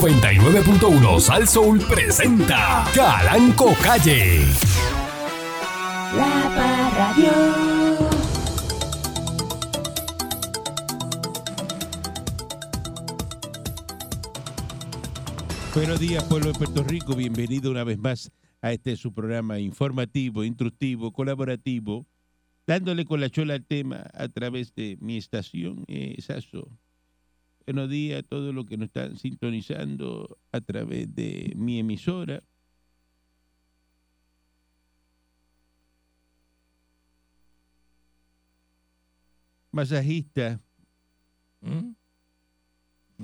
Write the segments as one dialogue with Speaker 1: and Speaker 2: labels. Speaker 1: 99.1 Sal Soul presenta Calanco Calle.
Speaker 2: La Parradio.
Speaker 3: Buenos días, pueblo de Puerto Rico. Bienvenido una vez más a este su programa informativo, instructivo, colaborativo, dándole con la chola al tema a través de mi estación, eh, Saso. Buenos días a todos los que nos están sintonizando a través de mi emisora. Masajista,
Speaker 4: Mm.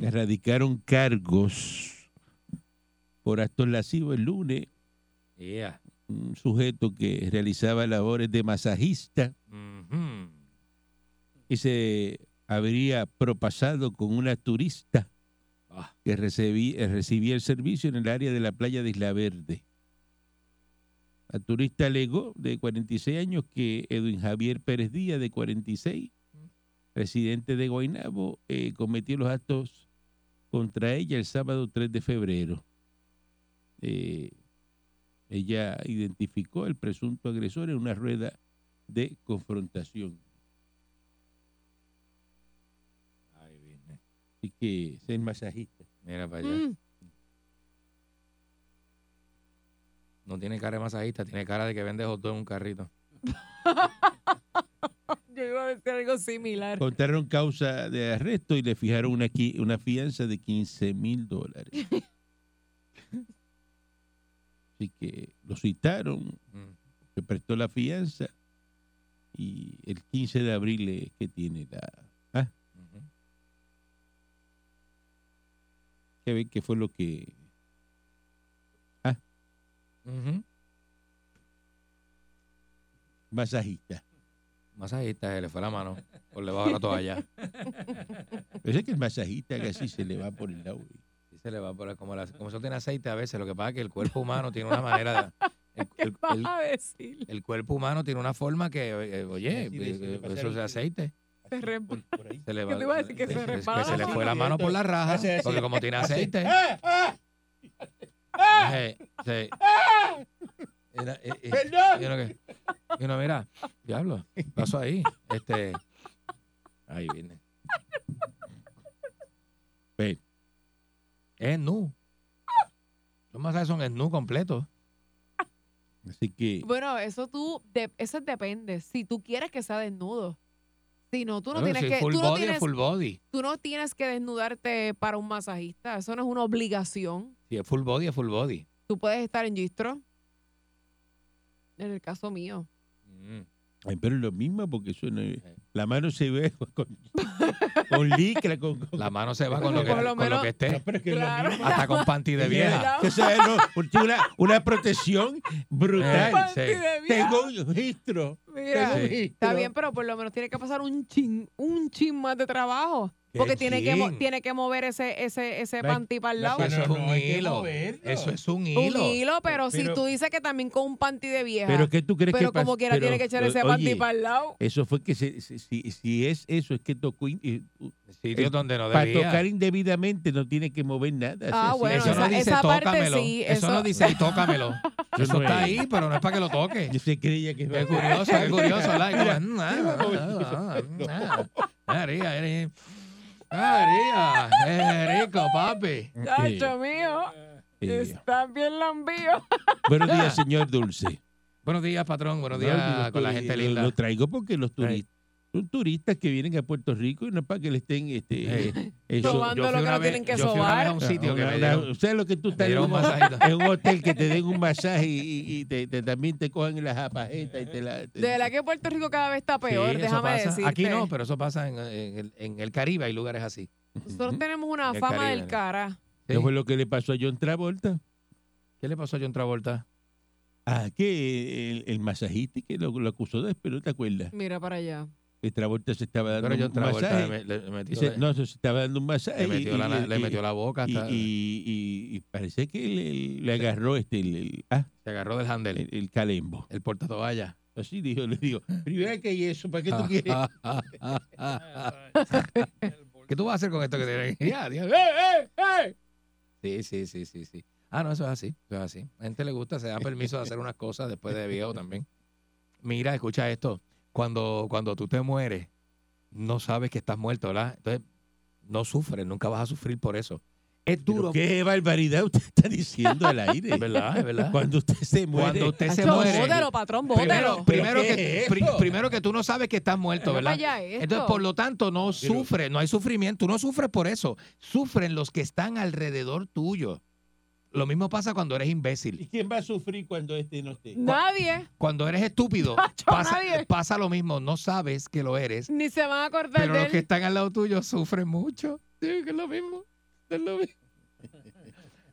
Speaker 3: erradicaron cargos por actos lascivos el lunes
Speaker 4: Yeah.
Speaker 3: un sujeto que realizaba labores de masajista
Speaker 4: Ujú.
Speaker 3: y se habría propasado con una turista
Speaker 4: Ah.
Speaker 3: que recibí- eh, recibía el servicio en el área de la playa de Isla Verde. La turista alegó de 46 años que Edwin Javier Pérez Díaz, de 46, residente de Guaynabo, eh, cometió los actos contra ella el sábado 3 de febrero. Eh, ella identificó al presunto agresor en una rueda de confrontación.
Speaker 4: Ahí viene.
Speaker 3: Así que ser masajista.
Speaker 4: Mira para allá. No tiene cara de masajista, tiene cara de que vende hot dog en un carrito.
Speaker 5: Yo iba a decir algo similar.
Speaker 3: Contaron causa de arresto y le fijaron una, qui- una fianza de 15 mil dólares. Así que lo citaron,
Speaker 4: Mm.
Speaker 3: se prestó la fianza y el 15 de abril es que tiene la... Ah,
Speaker 4: Ujú.
Speaker 3: que ver qué fue lo que...
Speaker 4: Ujú.
Speaker 3: Masajista.
Speaker 4: Masajista, eh, le fue la mano por debajo de la toalla.
Speaker 3: Pero es que el masajista casi se le va por el lado.
Speaker 4: Y se le va por como, la- como eso tiene aceite a veces, lo que pasa es que el cuerpo humano tiene una manera de... el-
Speaker 5: ¿Qué
Speaker 4: el-
Speaker 5: vas
Speaker 4: el-
Speaker 5: a decir?
Speaker 4: el cuerpo humano tiene una forma que, eh, eh, oye,
Speaker 3: Sí, sí, sí,
Speaker 4: eh,
Speaker 3: le pasa
Speaker 4: eso es
Speaker 3: el-
Speaker 4: aceite.
Speaker 5: Te re-
Speaker 3: Por- por ahí.
Speaker 4: Se le
Speaker 5: ¿Qué te iba a decir? Que se resbala.
Speaker 4: se le fue la mano por la raja,
Speaker 3: Hace así.
Speaker 4: porque como tiene aceite...
Speaker 3: ¡Ah, ah!
Speaker 4: Eh, sí. Era, eh, eh,
Speaker 3: ¡Perdón!
Speaker 4: y uno que- y uno, mira, diablo, ¿qué pasó ahí. Este, ahí viene.
Speaker 3: Ve,
Speaker 4: Es nu. Los masajes son nu completo.
Speaker 3: Así que...
Speaker 5: Bueno, eso tú, de- eso depende. Si tú quieres que sea desnudo. Si no, tú no,
Speaker 4: Claro,
Speaker 5: tienes,
Speaker 4: si
Speaker 5: que,
Speaker 4: full
Speaker 5: tú, no
Speaker 4: body es
Speaker 5: tienes,
Speaker 4: full body.
Speaker 5: tú no tienes que desnudarte para un masajista. Eso no es una obligación.
Speaker 4: Si es full body, es full body.
Speaker 5: Tú puedes estar en gistro. En el caso mío.
Speaker 3: Mm. Ay, pero es lo mismo porque eso no es- La mano se ve con, con licra, con... con-
Speaker 4: La mano se va con lo que,
Speaker 5: Por lo
Speaker 4: con lo
Speaker 5: menos-
Speaker 4: que
Speaker 3: No,
Speaker 4: esté.
Speaker 3: pero es que es lo
Speaker 5: Claro.
Speaker 3: mismo.
Speaker 4: Hasta con panty de vieja.
Speaker 3: Que sea, no, porque una, una protección brutal.
Speaker 4: Eh,
Speaker 5: Panty de vieja.
Speaker 3: Tengo un registro.
Speaker 5: Mira,
Speaker 3: tengo un
Speaker 4: Sí.
Speaker 5: está
Speaker 3: registro.
Speaker 5: bien, pero por lo menos tiene que pasar un chin, un chin más de trabajo. Porque tiene que, mo-
Speaker 4: chin?
Speaker 5: tiene que mover ese, ese, ese
Speaker 3: No hay-
Speaker 5: panty para el
Speaker 3: no hay
Speaker 5: lado.
Speaker 3: que
Speaker 4: Eso es
Speaker 3: no,
Speaker 4: un
Speaker 3: hay que
Speaker 4: hilo.
Speaker 3: moverlo.
Speaker 4: Eso es un
Speaker 5: Un
Speaker 4: hilo.
Speaker 5: hilo, pero,
Speaker 3: Pero-
Speaker 5: si tú dices que también con un panty de vieja.
Speaker 3: Pero ¿qué tú crees
Speaker 5: Pero
Speaker 3: que pasa?
Speaker 5: como quiera
Speaker 3: Pero,
Speaker 5: tiene que echar
Speaker 3: o-
Speaker 5: ese panty
Speaker 3: oye,
Speaker 5: para el lado.
Speaker 3: Eso fue que se- se- si, si es eso, es que tocó in- eh, u-
Speaker 4: Sitios donde no
Speaker 3: para
Speaker 4: debía.
Speaker 3: tocar indebidamente no tiene que mover nada.
Speaker 5: Ah,
Speaker 3: así-
Speaker 5: bueno,
Speaker 3: así-
Speaker 4: eso no
Speaker 5: esa-
Speaker 4: dice
Speaker 5: esa parte
Speaker 4: tócamelo.
Speaker 5: sí,
Speaker 4: eso,
Speaker 5: eso-
Speaker 4: no dice tócamelo.
Speaker 3: Yo
Speaker 4: eso
Speaker 3: no
Speaker 4: está
Speaker 3: he-
Speaker 4: ahí, pero no es para que lo toque.
Speaker 3: Yo se creía que
Speaker 4: Es curioso, es curioso. ¿verdad? Y como, mm, ah,
Speaker 3: No.
Speaker 4: ah, ah, ah, María, eres- María, es rico, papi.
Speaker 5: Chacho mío,
Speaker 3: Eh, eh,
Speaker 5: estás bien lambío.
Speaker 3: buenos días, señor Dulce.
Speaker 4: Buenos días, patrón. Buenos días
Speaker 3: No, los
Speaker 4: con la
Speaker 3: turi-
Speaker 4: gente
Speaker 3: lo-
Speaker 4: linda.
Speaker 3: Lo traigo porque los turistas son turistas que vienen a Puerto Rico y no es para que le estén este, eh, eso-
Speaker 5: Tomando lo
Speaker 4: fui
Speaker 5: que
Speaker 4: una
Speaker 5: no
Speaker 4: vez-
Speaker 5: tienen que
Speaker 4: Yo fui una vez a
Speaker 5: sobar.
Speaker 4: un sitio que
Speaker 3: Ah, Una-
Speaker 4: me
Speaker 3: una-
Speaker 4: dieron-
Speaker 3: ¿Sabes lo que tú
Speaker 4: me
Speaker 3: estás en
Speaker 4: dieron un
Speaker 3: un,
Speaker 4: masajito.
Speaker 3: en un hotel que te den un masaje y, y- y te, te- también te cogen las apajetas y te la... te-
Speaker 5: De verdad que Puerto Rico cada vez está
Speaker 4: Sí,
Speaker 5: peor,
Speaker 4: eso
Speaker 5: déjame
Speaker 4: pasa.
Speaker 5: decirte.
Speaker 4: Aquí no, pero eso pasa en, en el, en el Caribe, hay lugares así.
Speaker 5: Nosotros tenemos una
Speaker 4: En el
Speaker 5: fama
Speaker 4: Caribe,
Speaker 5: del
Speaker 4: ¿no?
Speaker 5: cara.
Speaker 3: ¿Qué
Speaker 4: Sí.
Speaker 3: fue lo que le pasó a John Travolta?
Speaker 4: ¿Qué le pasó a John Travolta?
Speaker 3: Ah, que el, el masajista que lo, lo acusó de pero ¿te acuerdas?
Speaker 5: Mira para allá.
Speaker 3: Que Travolta se estaba dando
Speaker 4: Pero John
Speaker 3: Eh, un
Speaker 4: Travolta
Speaker 3: masaje.
Speaker 4: me- le, le metió,
Speaker 3: Dice, no, se estaba dando un masaje.
Speaker 4: le metió
Speaker 3: y-
Speaker 4: la,
Speaker 3: y-
Speaker 4: le
Speaker 3: y-
Speaker 4: metió la boca
Speaker 3: y,
Speaker 4: hasta
Speaker 3: y- y- y parece que le, le agarró este el, el- ah,
Speaker 4: se agarró del handel.
Speaker 3: el- el calembo.
Speaker 4: El portatoalla.
Speaker 3: Así dijo, le digo, primera que hay eso, ¿para qué
Speaker 4: Ah,
Speaker 3: tú quieres?
Speaker 4: ¿Qué tú vas a hacer con esto que tienes? Ya, Dios. ¡Eh, eh, eh! Sí, sí, sí, sí, sí. Ah, no, eso es así, eso es así. A gente le gusta, se da permiso de hacer unas cosas después de viejo también. Mira, escucha esto. Cuando, cuando tú te mueres, no sabes que estás muerto, ¿verdad? Entonces, no sufres, nunca vas a sufrir por eso. Es
Speaker 3: Pero
Speaker 4: duro.
Speaker 3: qué barbaridad usted está diciendo al aire.
Speaker 4: Es verdad, es verdad.
Speaker 3: Cuando usted se muere.
Speaker 4: Cuando usted se
Speaker 5: Acho,
Speaker 4: muere.
Speaker 5: bótalo, patrón,
Speaker 4: Primero,
Speaker 5: bótalo.
Speaker 3: ¿Pero
Speaker 4: primero,
Speaker 3: qué
Speaker 4: que,
Speaker 3: es
Speaker 4: pri-
Speaker 3: esto?
Speaker 4: primero que tú no sabes que estás muerto,
Speaker 5: No
Speaker 4: ¿verdad?
Speaker 5: vaya esto.
Speaker 4: Entonces, por lo tanto, no
Speaker 3: Pero-
Speaker 4: sufre, no hay sufrimiento, tú no sufres por eso, sufren los que están alrededor tuyo. Lo mismo pasa cuando eres
Speaker 3: ¿Y
Speaker 4: imbécil,
Speaker 3: quién va a sufrir cuando este no esté?
Speaker 5: Nadie,
Speaker 4: cuando eres estúpido,
Speaker 5: Tacho,
Speaker 4: pasa,
Speaker 5: nadie.
Speaker 4: pasa lo mismo, no sabes que lo eres,
Speaker 5: ni se van a acordar
Speaker 4: pero
Speaker 5: de
Speaker 4: los
Speaker 5: él.
Speaker 4: que están al lado tuyo sufren mucho. Sí, que es lo mismo, es lo mismo.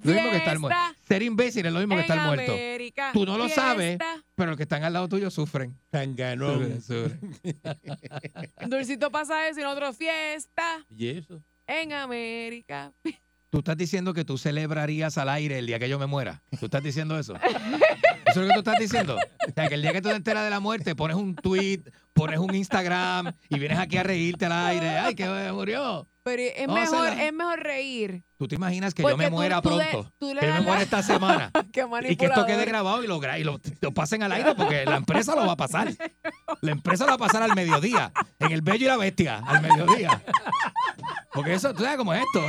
Speaker 4: Lo mismo que estar muerto.
Speaker 5: Fiesta
Speaker 4: Ser imbécil es lo mismo que
Speaker 5: en
Speaker 4: estar muerto,
Speaker 5: América,
Speaker 4: Tú no lo sabes.
Speaker 5: fiesta.
Speaker 4: pero los que están al lado tuyo sufren.
Speaker 3: Tanganón.
Speaker 4: Sufren, sufren.
Speaker 5: Dulcito pasa eso y nosotros fiesta
Speaker 3: ¿Y eso?
Speaker 5: en América.
Speaker 4: Tú estás diciendo que tú celebrarías al aire el día que yo me muera. Tú estás diciendo eso. Eso es lo que tú estás diciendo. O sea, que el día que tú te enteras de la muerte, pones un tweet, pones un Instagram y vienes aquí a reírte al aire. Ay, que murió.
Speaker 5: Pero es
Speaker 4: Vamos a
Speaker 5: mejor,
Speaker 4: hacerla.
Speaker 5: es mejor reír.
Speaker 4: Tú te imaginas que yo
Speaker 5: Porque
Speaker 4: me
Speaker 5: tú-
Speaker 4: muera
Speaker 5: tú le-
Speaker 4: pronto.
Speaker 5: tú le
Speaker 4: que yo me
Speaker 5: das la-
Speaker 4: muera esta semana.
Speaker 5: Qué
Speaker 4: Y que esto quede
Speaker 5: manipulador.
Speaker 4: grabado y lo, gra- y lo, lo pasen al aire porque la empresa lo va a pasar. La empresa lo va a pasar al mediodía. En el Bello y la Bestia, al mediodía. Porque eso, tú sabes cómo es esto.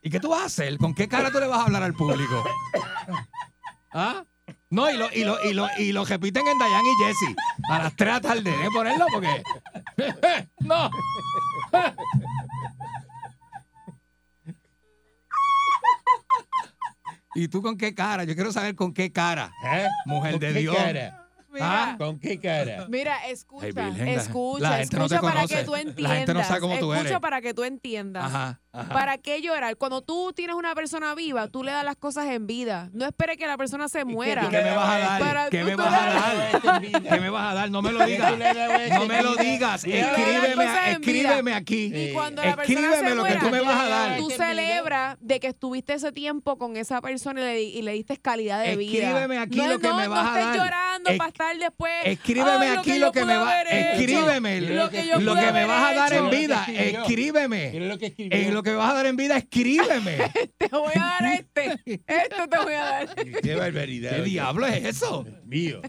Speaker 4: ¿Y qué tú vas a hacer? ¿Con qué cara tú le vas a hablar al público? ¿Ah? No, y lo, y lo, y lo, y lo repiten en Dayan y Jesse. A las 3 de la tarde. Deben ponerlo porque. ¡No! ¿Y tú con qué cara? Yo quiero saber con qué cara.
Speaker 3: ¿Ah?
Speaker 4: Mujer
Speaker 3: ¿Con
Speaker 4: de
Speaker 3: qué
Speaker 4: Dios.
Speaker 3: cara?
Speaker 5: Mira,
Speaker 4: Ah,
Speaker 3: ¿Con qué cara?
Speaker 5: mira, escucha,
Speaker 4: Ay, Virgen, la-
Speaker 5: escucha,
Speaker 4: la gente no te
Speaker 5: escucha para
Speaker 4: conoce.
Speaker 5: que tú
Speaker 4: La gente no
Speaker 5: entiendas.
Speaker 4: sabe cómo tú
Speaker 5: escucha
Speaker 4: eres.
Speaker 5: para que tú entiendas.
Speaker 4: Ajá. ajá.
Speaker 5: ¿Para qué llorar? Cuando tú tienes una persona viva, tú le das las cosas en vida. No esperes que la persona se muera.
Speaker 4: ¿Qué me vas a
Speaker 5: Para
Speaker 4: dar? ¿Qué
Speaker 5: tú
Speaker 4: me
Speaker 5: te
Speaker 4: vas a
Speaker 5: das-
Speaker 4: dar? ¿Qué me vas a dar? No me lo digas. No me lo digas.
Speaker 5: le das
Speaker 4: Escríbeme,
Speaker 5: cosas
Speaker 4: a-
Speaker 5: en vida.
Speaker 4: escríbeme aquí.
Speaker 5: Y cuando la persona
Speaker 4: Eh, Escríbeme
Speaker 5: se
Speaker 4: lo que
Speaker 5: muera,
Speaker 4: tú me vas a dar.
Speaker 5: tú celebras de que estuviste ese tiempo con esa persona y le, di- y le diste calidad de vida.
Speaker 4: Escríbeme aquí
Speaker 5: no,
Speaker 4: lo que
Speaker 5: no,
Speaker 4: me vas
Speaker 5: no
Speaker 4: a
Speaker 5: estés
Speaker 4: dar.
Speaker 5: llorando
Speaker 4: Es-
Speaker 5: para estar después.
Speaker 4: Escríbeme
Speaker 5: Eh, "Ay,
Speaker 4: aquí
Speaker 5: yo
Speaker 4: lo que me
Speaker 5: pude
Speaker 4: va.
Speaker 5: haber hecho,
Speaker 4: Escríbeme
Speaker 5: Lo que, yo
Speaker 4: lo
Speaker 5: pude
Speaker 4: que me
Speaker 5: haber
Speaker 4: vas a dar
Speaker 5: hecho".
Speaker 4: en vida.
Speaker 3: Escribió.
Speaker 4: Escríbeme.
Speaker 3: Mira lo que escribió.
Speaker 4: En lo que me vas a dar en vida, escríbeme.
Speaker 5: Te voy a dar este. Esto te voy a dar.
Speaker 3: Qué barbaridad.
Speaker 4: ¿Qué
Speaker 3: oye.
Speaker 4: diablo es eso?
Speaker 3: Mío.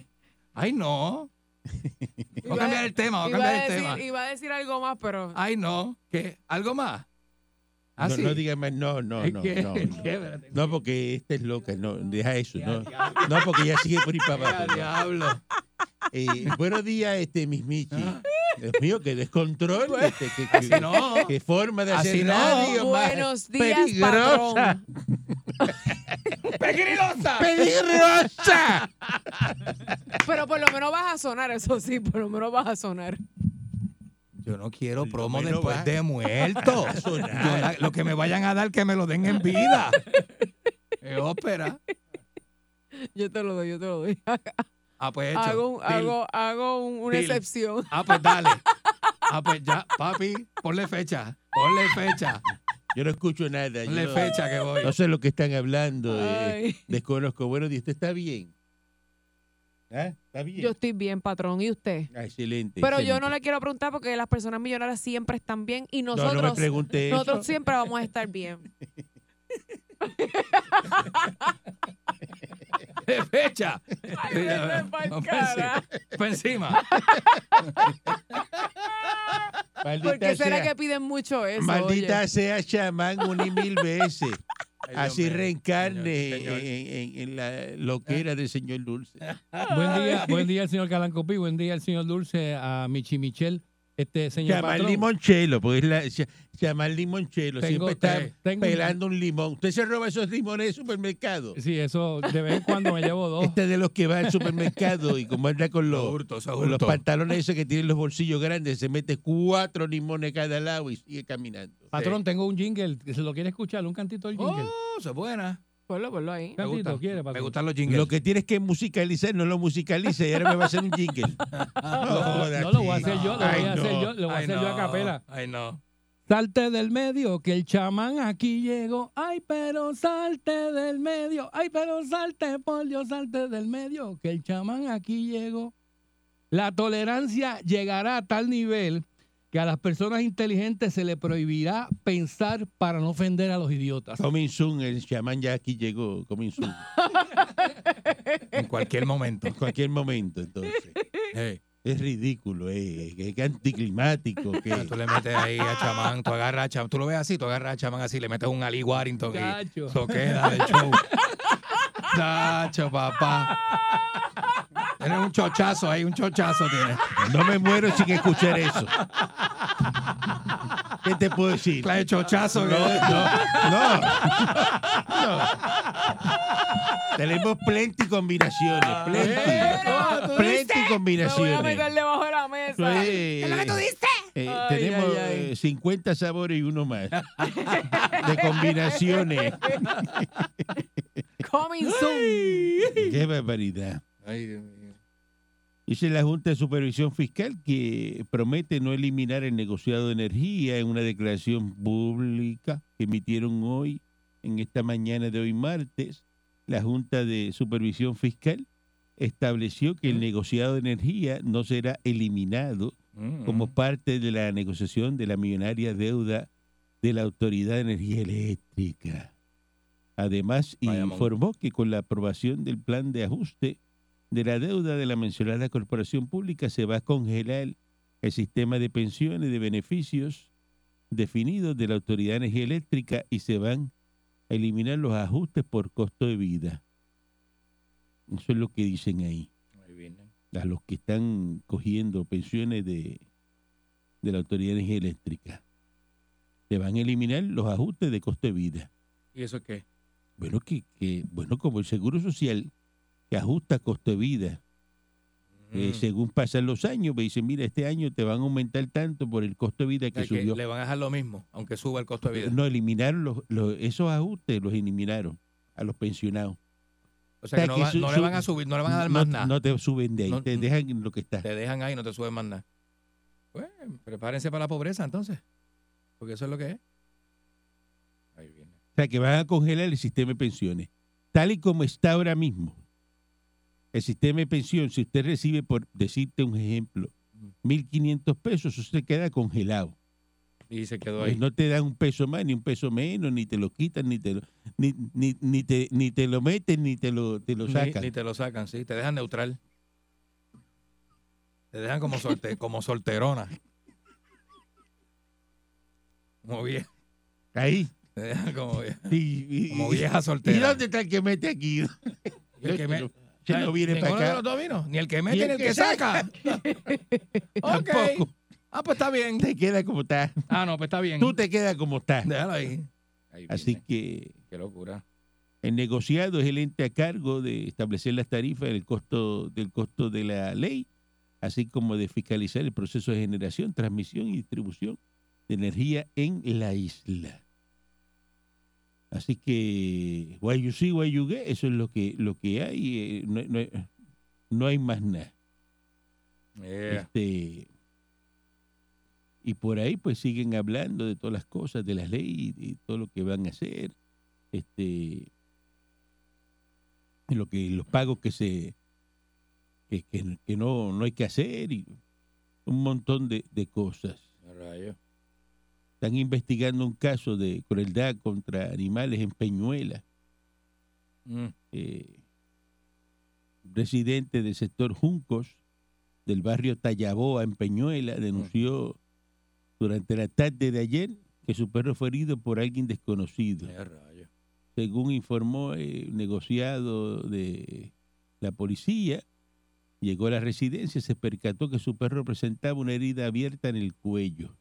Speaker 4: Ay, no. Voy
Speaker 5: Iba-
Speaker 4: a cambiar el tema, voy a
Speaker 5: Iba
Speaker 4: cambiar
Speaker 5: a
Speaker 4: el
Speaker 5: decir-
Speaker 4: tema.
Speaker 5: Iba a decir algo más, pero.
Speaker 4: Ay, no. ¿Qué? ¿Algo más? Ah,
Speaker 3: No,
Speaker 4: sí.
Speaker 3: no digas más. No, no, no,
Speaker 4: ¿Qué?
Speaker 3: no. no.
Speaker 4: ¿Qué? Espérate.
Speaker 3: No, porque esta es loca. No, deja eso. No, no porque ya sigue por ahí para
Speaker 4: Ya,
Speaker 3: abajo. ¿no?
Speaker 4: diablo.
Speaker 3: Eh, buenos días, este, mis Michi.
Speaker 4: Ah.
Speaker 3: Dios mío, qué descontrol. este, qué, qué-
Speaker 4: no.
Speaker 3: qué forma de
Speaker 4: Así
Speaker 3: hacer
Speaker 4: no.
Speaker 3: radio más
Speaker 5: Oh, Buenos días,
Speaker 3: peligrosa.
Speaker 5: patrón.
Speaker 4: ¡Pegrilosa!
Speaker 3: ¡Peligrosa!
Speaker 5: Pero por lo menos vas a sonar, eso sí, por lo menos vas a sonar.
Speaker 4: Yo no quiero
Speaker 3: Lo
Speaker 4: promo
Speaker 3: menos
Speaker 4: después
Speaker 3: va-
Speaker 4: de muerto. Yo na- lo que me vayan a dar, que me lo den en vida. Es ópera.
Speaker 5: Yo te lo doy, yo te lo doy.
Speaker 4: Ah, pues hecho.
Speaker 5: Hago, un-
Speaker 4: Deal.
Speaker 5: hago, hago un- una
Speaker 4: Dile.
Speaker 5: excepción.
Speaker 4: Ah, pues dale. Ah, pues ya, papi, ponle fecha. Ponle fecha.
Speaker 3: Yo no escucho nada. yo
Speaker 4: Ponle
Speaker 3: no-
Speaker 4: fecha que voy.
Speaker 3: No sé lo que están hablando. eh,
Speaker 5: Ay,
Speaker 3: desconozco. Bueno, ¿y usted está bien? ¿Ah? ¿Está bien?
Speaker 5: yo estoy bien, patrón, ¿y usted?
Speaker 3: Ah, excelente.
Speaker 5: Pero yo no
Speaker 3: excelente.
Speaker 5: le quiero preguntar porque las personas millonarias siempre están bien y
Speaker 3: No, no me
Speaker 5: nosotros,
Speaker 3: pregunte
Speaker 5: nosotros
Speaker 3: eso.
Speaker 5: siempre vamos a estar bien.
Speaker 4: Ponle fecha. Sí,
Speaker 5: vete
Speaker 4: a ver,
Speaker 5: pa'l
Speaker 3: pues,
Speaker 4: vamos
Speaker 5: cara.
Speaker 4: pa' encima.
Speaker 3: Maldita
Speaker 5: Porque será
Speaker 3: sea.
Speaker 5: que piden mucho eso.
Speaker 3: Maldita
Speaker 5: oye?
Speaker 3: sea chamán una y mil veces.
Speaker 4: Ay, Dios
Speaker 3: Así
Speaker 4: mío.
Speaker 3: reencarne
Speaker 4: Señor, Ah. señor.
Speaker 3: En, en- en la loquera del señor Dulce.
Speaker 6: Buen día, buen día al señor Calancopi, buen día al señor Dulce, a Michi Michel, este señor
Speaker 3: Chamán
Speaker 6: patrón.
Speaker 3: Limonchelo, porque es la, cha- chamán Limonchelo.
Speaker 6: Tengo-
Speaker 3: siempre está
Speaker 6: te- tengo un-
Speaker 3: pelando un limón. ¿Usted se roba esos limones del supermercado?
Speaker 6: Sí, eso de vez en cuando me llevo dos.
Speaker 3: Este es de los que va al supermercado y como anda con los,
Speaker 4: Hurto, eso es
Speaker 3: con los
Speaker 4: hurto.
Speaker 3: pantalones esos que tienen los bolsillos grandes, se mete cuatro limones cada lado y sigue caminando.
Speaker 6: Patrón, tengo un jingle, ¿se lo quiere escuchar? Un cantito del jingle.
Speaker 4: Oh, eso es buena.
Speaker 5: Ponlo, ponlo ahí.
Speaker 4: Me,
Speaker 6: Cantito,
Speaker 4: gusta.
Speaker 6: ¿quiere,
Speaker 4: me
Speaker 6: patrón?
Speaker 4: gustan los
Speaker 3: Lo
Speaker 4: jingles.
Speaker 3: que tienes que musicalizar, no lo musicaliza y ahora me va a hacer un jingle. jodas,
Speaker 6: no lo voy a hacer
Speaker 3: chico.
Speaker 6: yo, lo voy
Speaker 3: Ay,
Speaker 6: a hacer
Speaker 3: no.
Speaker 6: yo, lo voy a
Speaker 4: Ay,
Speaker 6: hacer yo a
Speaker 4: no.
Speaker 6: capela.
Speaker 4: Ay, no.
Speaker 6: Salte del medio, que el chamán aquí llegó. Ay, pero salte del medio. Ay, pero salte, por Dios, salte del medio, que el chamán aquí llegó. La tolerancia llegará a tal nivel que a las personas inteligentes se le prohibirá pensar para no ofender a los idiotas.
Speaker 3: Coming soon, el chamán ya aquí llegó. Coming soon.
Speaker 4: En cualquier momento.
Speaker 3: En cualquier momento, entonces.
Speaker 4: Eh,
Speaker 3: Es ridículo, eh. que- que anticlimático. Que...
Speaker 4: tú le metes ahí a chamán, tú agarras a chamán, tú lo ves así, tú agarras a chamán así, le metes un Ali Warrington y
Speaker 6: Chacho.
Speaker 4: eso queda de show. Chacho, papá. Tienes un chochazo ahí, un chochazo tienes.
Speaker 3: No me muero sin escuchar eso. ¿Qué te puedo decir?
Speaker 4: Clase de chochazo. que-
Speaker 3: No, no. Tenemos plenty combinaciones. Plenty.
Speaker 5: Ah, tú
Speaker 3: Plenty
Speaker 5: Me voy a
Speaker 3: combinaciones.
Speaker 5: meter debajo de la mesa.
Speaker 3: Eh, eh,
Speaker 5: Ay,
Speaker 3: tenemos
Speaker 5: ay, ay.
Speaker 3: eh, 50 sabores y uno más de combinaciones.
Speaker 5: Coming soon.
Speaker 3: Qué barbaridad.
Speaker 4: Ay, Dios mío.
Speaker 3: Dice la Junta de Supervisión Fiscal que promete no eliminar el negociado de energía en una declaración pública que emitieron hoy, en esta mañana de hoy martes. La Junta de Supervisión Fiscal estableció que el negociado de energía no será eliminado
Speaker 4: Mm.
Speaker 3: como parte de la negociación de la millonaria deuda de la Autoridad de Energía Eléctrica. Además,
Speaker 4: Bayamón.
Speaker 3: informó que con la aprobación del plan de ajuste de la deuda de la mencionada corporación pública se va a congelar el sistema de pensiones de beneficios definidos de la Autoridad de Energía Eléctrica y se van a eliminar los ajustes por costo de vida. Eso es lo que dicen ahí
Speaker 4: Ahí viene.
Speaker 3: a los que están cogiendo pensiones de, de la Autoridad de Energía Eléctrica. Le van a eliminar los ajustes de costo de vida.
Speaker 4: ¿Y eso qué?
Speaker 3: Bueno, que, que- bueno como el Seguro Social, que ajusta costo de vida, eh,
Speaker 4: Mm.
Speaker 3: según pasan los años, me dicen, mira, este año te van a aumentar tanto por el costo de vida
Speaker 4: O sea,
Speaker 3: que
Speaker 4: que
Speaker 3: subió.
Speaker 4: le van a dejar lo mismo, aunque suba el costo de vida.
Speaker 3: No, eliminaron los, los- esos ajustes, los eliminaron a los pensionados.
Speaker 4: o sea, que
Speaker 3: o sea,
Speaker 4: no,
Speaker 3: que
Speaker 4: va-
Speaker 3: su-
Speaker 4: no le
Speaker 3: su-
Speaker 4: van a subir, no le van a dar más
Speaker 3: no,
Speaker 4: nada.
Speaker 3: no te suben de ahí,
Speaker 4: No, mm.
Speaker 3: te
Speaker 4: no.
Speaker 3: dejan en lo que está.
Speaker 4: Te dejan ahí, no te suben más nada. Pues, prepárense para la pobreza entonces. Porque eso es lo que es. Ahí viene.
Speaker 3: O sea, que van a congelar el sistema de pensiones. Tal y como está ahora mismo, el sistema de pensión, si usted recibe, por decirte un ejemplo,
Speaker 4: Mm.
Speaker 3: 1.500 pesos, eso se queda congelado.
Speaker 4: Y se quedó
Speaker 3: Pues
Speaker 4: ahí.
Speaker 3: no te dan un peso más, ni un peso menos, ni te lo quitan, ni te lo, ni, ni- ni te, ni te lo meten, ni te lo, te lo
Speaker 4: Ni-
Speaker 3: sacan.
Speaker 4: Ni, te lo sacan, sí. Te dejan neutral. Te dejan como, solte, como solterona. Como vieja.
Speaker 3: Ahí.
Speaker 4: Te dejan como vieja,
Speaker 3: Y, y-
Speaker 4: como vieja
Speaker 3: ¿y
Speaker 4: soltera.
Speaker 3: dónde está el que mete aquí?
Speaker 4: Y el que me-
Speaker 3: Ya no viene
Speaker 4: Ninguno de
Speaker 3: para
Speaker 4: los
Speaker 3: acá.
Speaker 4: dos vino. Ni el que
Speaker 3: Ni
Speaker 4: mete
Speaker 3: el
Speaker 4: ni el
Speaker 3: que
Speaker 4: que, saca. ok.
Speaker 3: Tampoco.
Speaker 4: Ah, pues está bien.
Speaker 3: Te queda como está.
Speaker 4: Ah, no, pues está bien.
Speaker 3: Tú te quedas como está.
Speaker 4: Déjalo ahí. Ahí
Speaker 3: Así
Speaker 4: viene.
Speaker 3: que
Speaker 4: Qué locura.
Speaker 3: El negociado es el ente a cargo de establecer las tarifas del costo, del costo de la ley, así como de fiscalizar el proceso de generación, transmisión y distribución de energía en la isla. Así que, what you see, what you get, eso es lo que, lo que hay, eh, no, no- no hay más nada.
Speaker 4: Yeah.
Speaker 3: Este, y por ahí pues siguen hablando de todas las cosas, de las leyes y todo lo que van a hacer, este, lo que, los pagos que se que, que- que no, no hay que hacer y un montón de, de cosas.
Speaker 4: Rayos.
Speaker 3: Están investigando un caso de crueldad contra animales en Peñuela.
Speaker 4: Mm.
Speaker 3: eh, residente del sector Juncos del barrio Tallaboa en Peñuela denunció durante la tarde de ayer que su perro fue herido por alguien desconocido.
Speaker 4: Yeah, rayos.
Speaker 3: Según informó eh, un negociado de la policía, llegó a la residencia y se percató que su perro presentaba una herida abierta en el cuello.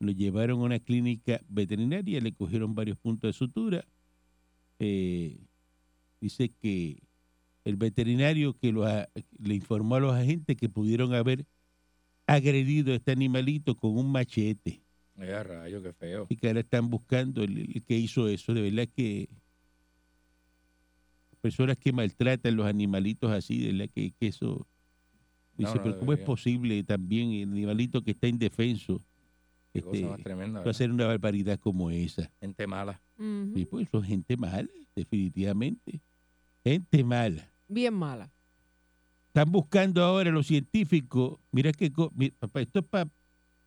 Speaker 3: Lo llevaron a una clínica veterinaria, le cogieron varios puntos de sutura. Eh, dice que el veterinario que lo a- le informó a los agentes que pudieron haber agredido a este animalito con un machete
Speaker 4: Yeah, rayos, qué feo.
Speaker 3: y que ahora están buscando el, el que hizo eso. De verdad que personas que maltratan los animalitos así, de verdad que, que eso... Dice,
Speaker 4: no
Speaker 3: pero ¿cómo
Speaker 4: debería.
Speaker 3: es posible también el animalito que está indefenso
Speaker 4: Qué
Speaker 3: este,
Speaker 4: cosa más tremenda.
Speaker 3: va a
Speaker 4: ¿verdad?
Speaker 3: hacer una barbaridad como esa?
Speaker 4: Gente mala.
Speaker 5: Ujú.
Speaker 3: Y pues son gente mala, definitivamente. Gente mala.
Speaker 5: Bien mala.
Speaker 3: Están buscando ahora los científicos. Mira que co- mi- papá, esto es para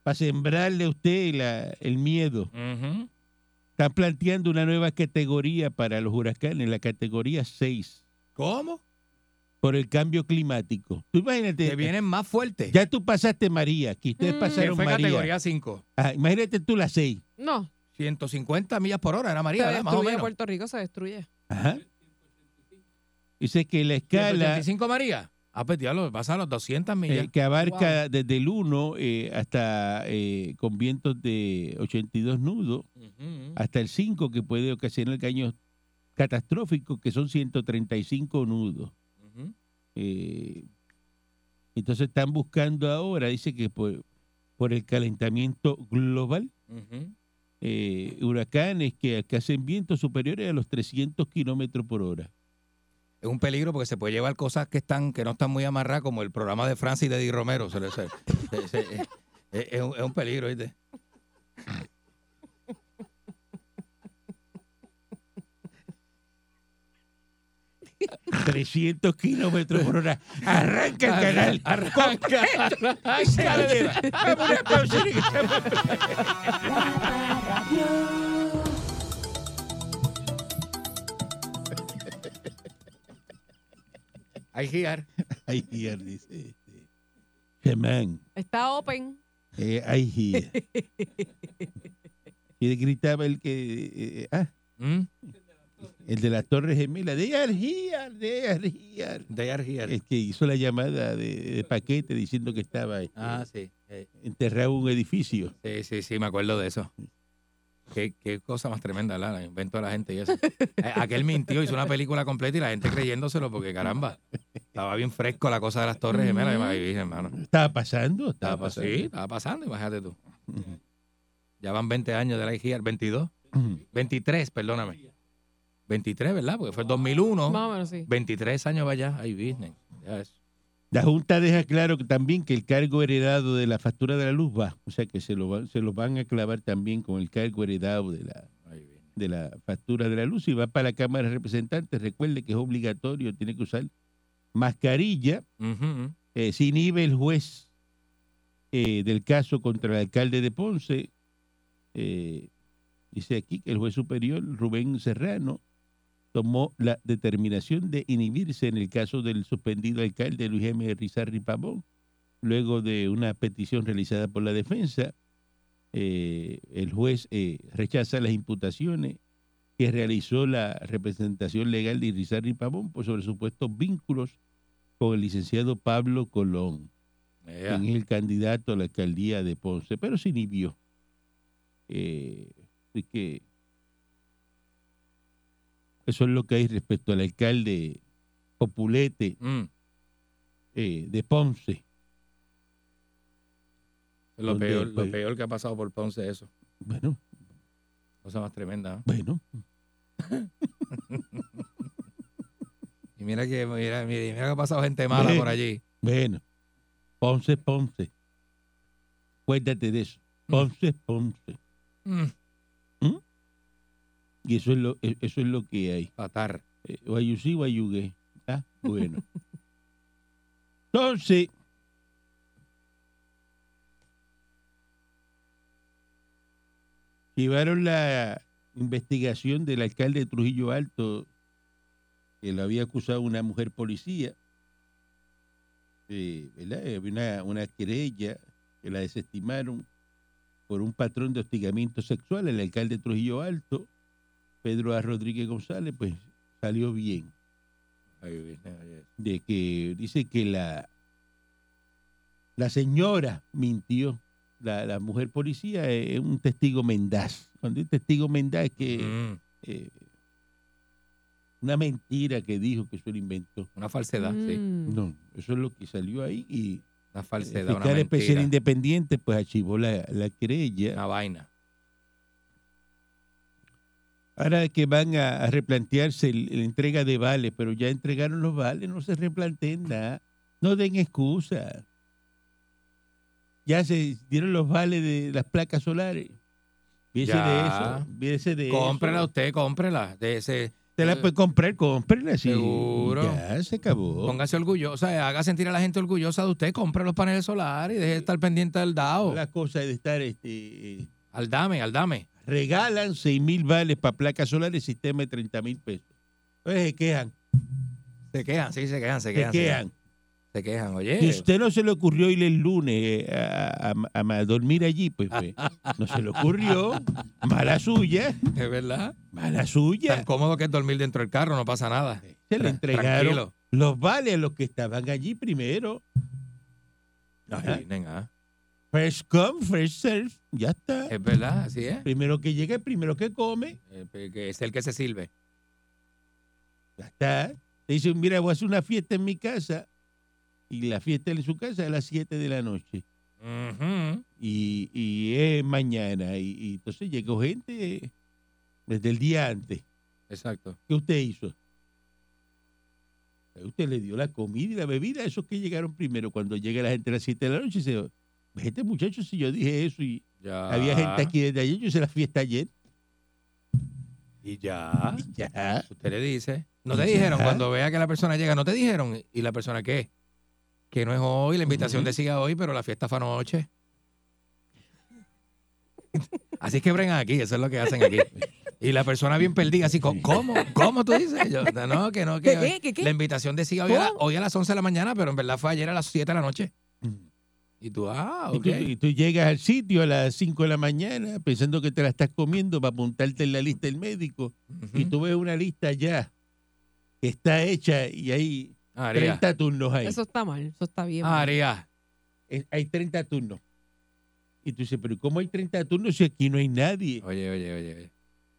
Speaker 3: para sembrarle a usted la- el miedo.
Speaker 4: Ujú.
Speaker 3: Están planteando una nueva categoría para los huracanes, la categoría 6,
Speaker 4: ¿Cómo?
Speaker 3: por el cambio climático. Tú imagínate,
Speaker 4: Que vienen más fuertes.
Speaker 3: ya tú pasaste María, aquí ustedes
Speaker 5: Mm.
Speaker 4: que
Speaker 3: pasaron
Speaker 4: fue
Speaker 3: María.
Speaker 4: categoría 5.
Speaker 3: Ajá, imagínate tú la 6.
Speaker 5: No,
Speaker 4: 150 millas por hora era
Speaker 5: se
Speaker 4: María, ¿verdad? Más o
Speaker 5: destruye
Speaker 4: menos.
Speaker 5: Puerto Rico, se destruye.
Speaker 3: Ajá. Dice que la escala
Speaker 4: 185 María. Ah, pues diablo, pasa a los 200
Speaker 3: eh,
Speaker 4: millas.
Speaker 3: que abarca desde el 1 eh, hasta eh, con vientos de 82 nudos
Speaker 4: Ujú.
Speaker 3: hasta el 5 que puede ocasionar daños catastróficos que son 135 nudos.
Speaker 4: Ujú.
Speaker 3: Eh, entonces están buscando ahora, dice que por, por el calentamiento global,
Speaker 4: Ujú.
Speaker 3: eh, huracanes que, que hacen vientos superiores a los 300 kilómetros por hora.
Speaker 4: Es un peligro porque se puede llevar cosas que están que no están muy amarradas, como el programa de Francis de Di Romero. se le- se- se- se- es, es un, es un peligro, ¿viste?
Speaker 3: ¡300 kilómetros por hora! ¡Arranca el canal!
Speaker 4: Arranca.
Speaker 3: ¡Ay, se la lleva! ¡Me pone a aplaudir!
Speaker 2: La Parradio.
Speaker 4: Hay girar.
Speaker 3: Ay, here, dice este. Germán,
Speaker 5: Está open.
Speaker 3: eh, ay, here. Y gritaba el que... eh, ah,
Speaker 4: ¿Mm?
Speaker 3: el de la Torre Gemela. ¡De Argiar! ¡De Argiar!
Speaker 4: De argiar.
Speaker 3: El que hizo la llamada de, de paquete diciendo que estaba este,
Speaker 4: Ah, sí. eh,
Speaker 3: enterrado en un edificio.
Speaker 4: Sí, sí, sí, me acuerdo de eso. Qué, qué cosa más tremenda, la el invento de la gente y eso. Eh, Aquel mintió, hizo una película completa y la gente creyéndoselo porque, caramba, estaba bien fresco la cosa de las Torres Gemelas. Y, me dije, hermano,
Speaker 3: ¿Estaba pasando?
Speaker 4: estaba pasando, Ah, pues sí, estaba pasando, imagínate tú. Ya van 20 años de la IGR, 22, 23, perdóname. 23, ¿verdad? Porque fue el 2001.
Speaker 5: Más o menos, sí.
Speaker 4: 23 años vaya, ay, business. Ya es.
Speaker 3: La Junta deja claro que también que el cargo heredado de la factura de la luz va. O sea que se lo, va- se lo van a clavar también con el cargo heredado de la,
Speaker 4: Ay, business.
Speaker 3: de la factura de la luz y va para la Cámara de Representantes. Recuerde que es obligatorio, tiene que usar mascarilla.
Speaker 4: Ujú.
Speaker 3: Eh, se inhibe el juez eh, del caso contra el alcalde de Ponce. Eh, dice aquí que el juez superior, Rubén Serrano, tomó la determinación de inhibirse en el caso del suspendido alcalde Luis M. Rizarri Pavón, luego de una petición realizada por la defensa. Eh, el juez eh, rechaza las imputaciones que realizó la representación legal de Rizarri Pavón por sobre supuestos vínculos con el licenciado Pablo Colón,
Speaker 4: Ya.
Speaker 3: quien es el candidato a la alcaldía de Ponce, pero se inhibió. Eh, así que eso es lo que hay respecto al alcalde Populete
Speaker 4: Mm.
Speaker 3: eh, de Ponce.
Speaker 4: Lo,
Speaker 3: Donde,
Speaker 4: peor, lo
Speaker 3: pues-
Speaker 4: peor que ha pasado por Ponce es eso.
Speaker 3: Bueno,
Speaker 4: Cosa más tremenda. ¿eh?
Speaker 3: bueno,
Speaker 4: Y mira que, mira, mira, mira que ha pasado gente mala
Speaker 3: Ve.
Speaker 4: por allí.
Speaker 3: bueno. Ponce, Ponce. Cuéntate de eso. Ponce, Ponce.
Speaker 4: Mm,
Speaker 3: Y eso es lo, e- eso es lo que hay.
Speaker 4: Fatal.
Speaker 3: Eh, Guayusí, Guayugué. Ah, bueno. Entonces, llevaron la investigación del alcalde de Trujillo Alto, que lo había acusado una mujer policía. Eh, ¿verdad? Eh, Había una, una querella que la desestimaron por un patrón de hostigamiento sexual. El alcalde de Trujillo Alto, Pedro A. Rodríguez González, pues salió bien
Speaker 4: Ay, business, oye.
Speaker 3: de que dice que la la señora mintió la, la mujer policía es un testigo mendaz cuando es testigo mendaz es que
Speaker 4: Mm,
Speaker 3: eh, una mentira que dijo que eso lo inventó
Speaker 4: una falsedad, sí.
Speaker 5: Mm.
Speaker 3: no eso es lo que salió ahí y
Speaker 4: Una
Speaker 3: el
Speaker 4: falsedad, una
Speaker 3: fiscal especial
Speaker 4: mentira.
Speaker 3: independiente pues archivó la, la querella
Speaker 4: Una vaina.
Speaker 3: ahora que van a, a replantearse el- la entrega de vales pero ya entregaron los vales no se replanteen nada no den excusas ya se dieron los vales de las placas solares. Fíjese
Speaker 4: Ya.
Speaker 3: de eso. Fíjese de eso.
Speaker 4: Cómprela usted, cómprela. De ese,
Speaker 3: Te la puedes comprar, cómprala. Sí.
Speaker 4: Seguro.
Speaker 3: Ya se acabó.
Speaker 4: Póngase orgullosa, eh, haga sentir a la gente orgullosa de usted, compre los paneles solares y deje de estar pendiente del DAO.
Speaker 3: La cosa de estar este, eh,
Speaker 4: Al dame, al dame.
Speaker 3: regalan 6 mil vales para placas solares, sistema de 30 mil pesos. Entonces se quejan,
Speaker 4: Se quejan, sí, se quejan, se
Speaker 3: se
Speaker 4: quejan.
Speaker 3: quejan.
Speaker 4: Se quejan, oye.
Speaker 3: Si usted no se le ocurrió ir el lunes eh, a, a- a- a dormir allí, pues, pues, no se le ocurrió. Mala suya,
Speaker 4: Es verdad.
Speaker 3: mala
Speaker 4: Tan
Speaker 3: suya.
Speaker 4: cómodo que es dormir dentro del carro, no pasa nada.
Speaker 3: Se le
Speaker 4: Tra-
Speaker 3: entregaron
Speaker 4: tranquilo.
Speaker 3: los vales a los que estaban allí primero. Ajá.
Speaker 4: Ay, nena,
Speaker 3: First come, first serve, ya está.
Speaker 4: Es verdad, así es.
Speaker 3: Primero que llega, primero que come,
Speaker 4: Eh, que Es el que se sirve.
Speaker 3: ya está. Te dice, mira, voy a hacer una fiesta en mi casa. Y la fiesta en su casa es a las 7 de la noche.
Speaker 4: Ujú.
Speaker 3: y, y es mañana. Y, y entonces llegó gente desde el día antes.
Speaker 4: Exacto.
Speaker 3: ¿Qué usted hizo? Usted le dio la comida y la bebida a esos que llegaron primero. Cuando llega la gente a las 7 de la noche, dice, vete muchacho, si yo dije eso y
Speaker 4: Ya.
Speaker 3: había gente
Speaker 4: Ah.
Speaker 3: aquí desde ayer, yo hice la fiesta ayer.
Speaker 4: Y ya.
Speaker 3: Y ya.
Speaker 4: Usted le dice. No te
Speaker 3: Ya.
Speaker 4: dijeron cuando vea que la persona llega, no te dijeron. ¿Y la persona qué? Que no es hoy, la invitación
Speaker 3: Ujú.
Speaker 4: decía hoy, pero la fiesta fue anoche. Así es que bregan aquí, eso es lo que hacen aquí. Y la persona bien perdida, así, co- ¿cómo? ¿Cómo tú dices? Yo, no, no, que no, que
Speaker 5: ¿Qué, qué, qué, qué?
Speaker 4: la invitación decía hoy a, la- hoy a las 11 de la mañana, pero en verdad fue ayer a las 7 de la noche. Y tú, ah,
Speaker 3: Y
Speaker 4: ok.
Speaker 3: tú, y tú llegas al sitio a las 5 de la mañana pensando que te la estás comiendo para apuntarte en la lista del médico.
Speaker 4: Ujú.
Speaker 3: Y tú ves una lista ya que está hecha y hay
Speaker 4: María,
Speaker 3: 30 turnos ahí.
Speaker 5: Eso está mal, eso está
Speaker 4: Ah,
Speaker 5: bien. mal.
Speaker 4: María,
Speaker 3: es- hay 30 turnos. Y tú dices, pero ¿cómo hay 30 turnos si aquí no hay nadie?
Speaker 4: Oye, oye, oye. oye.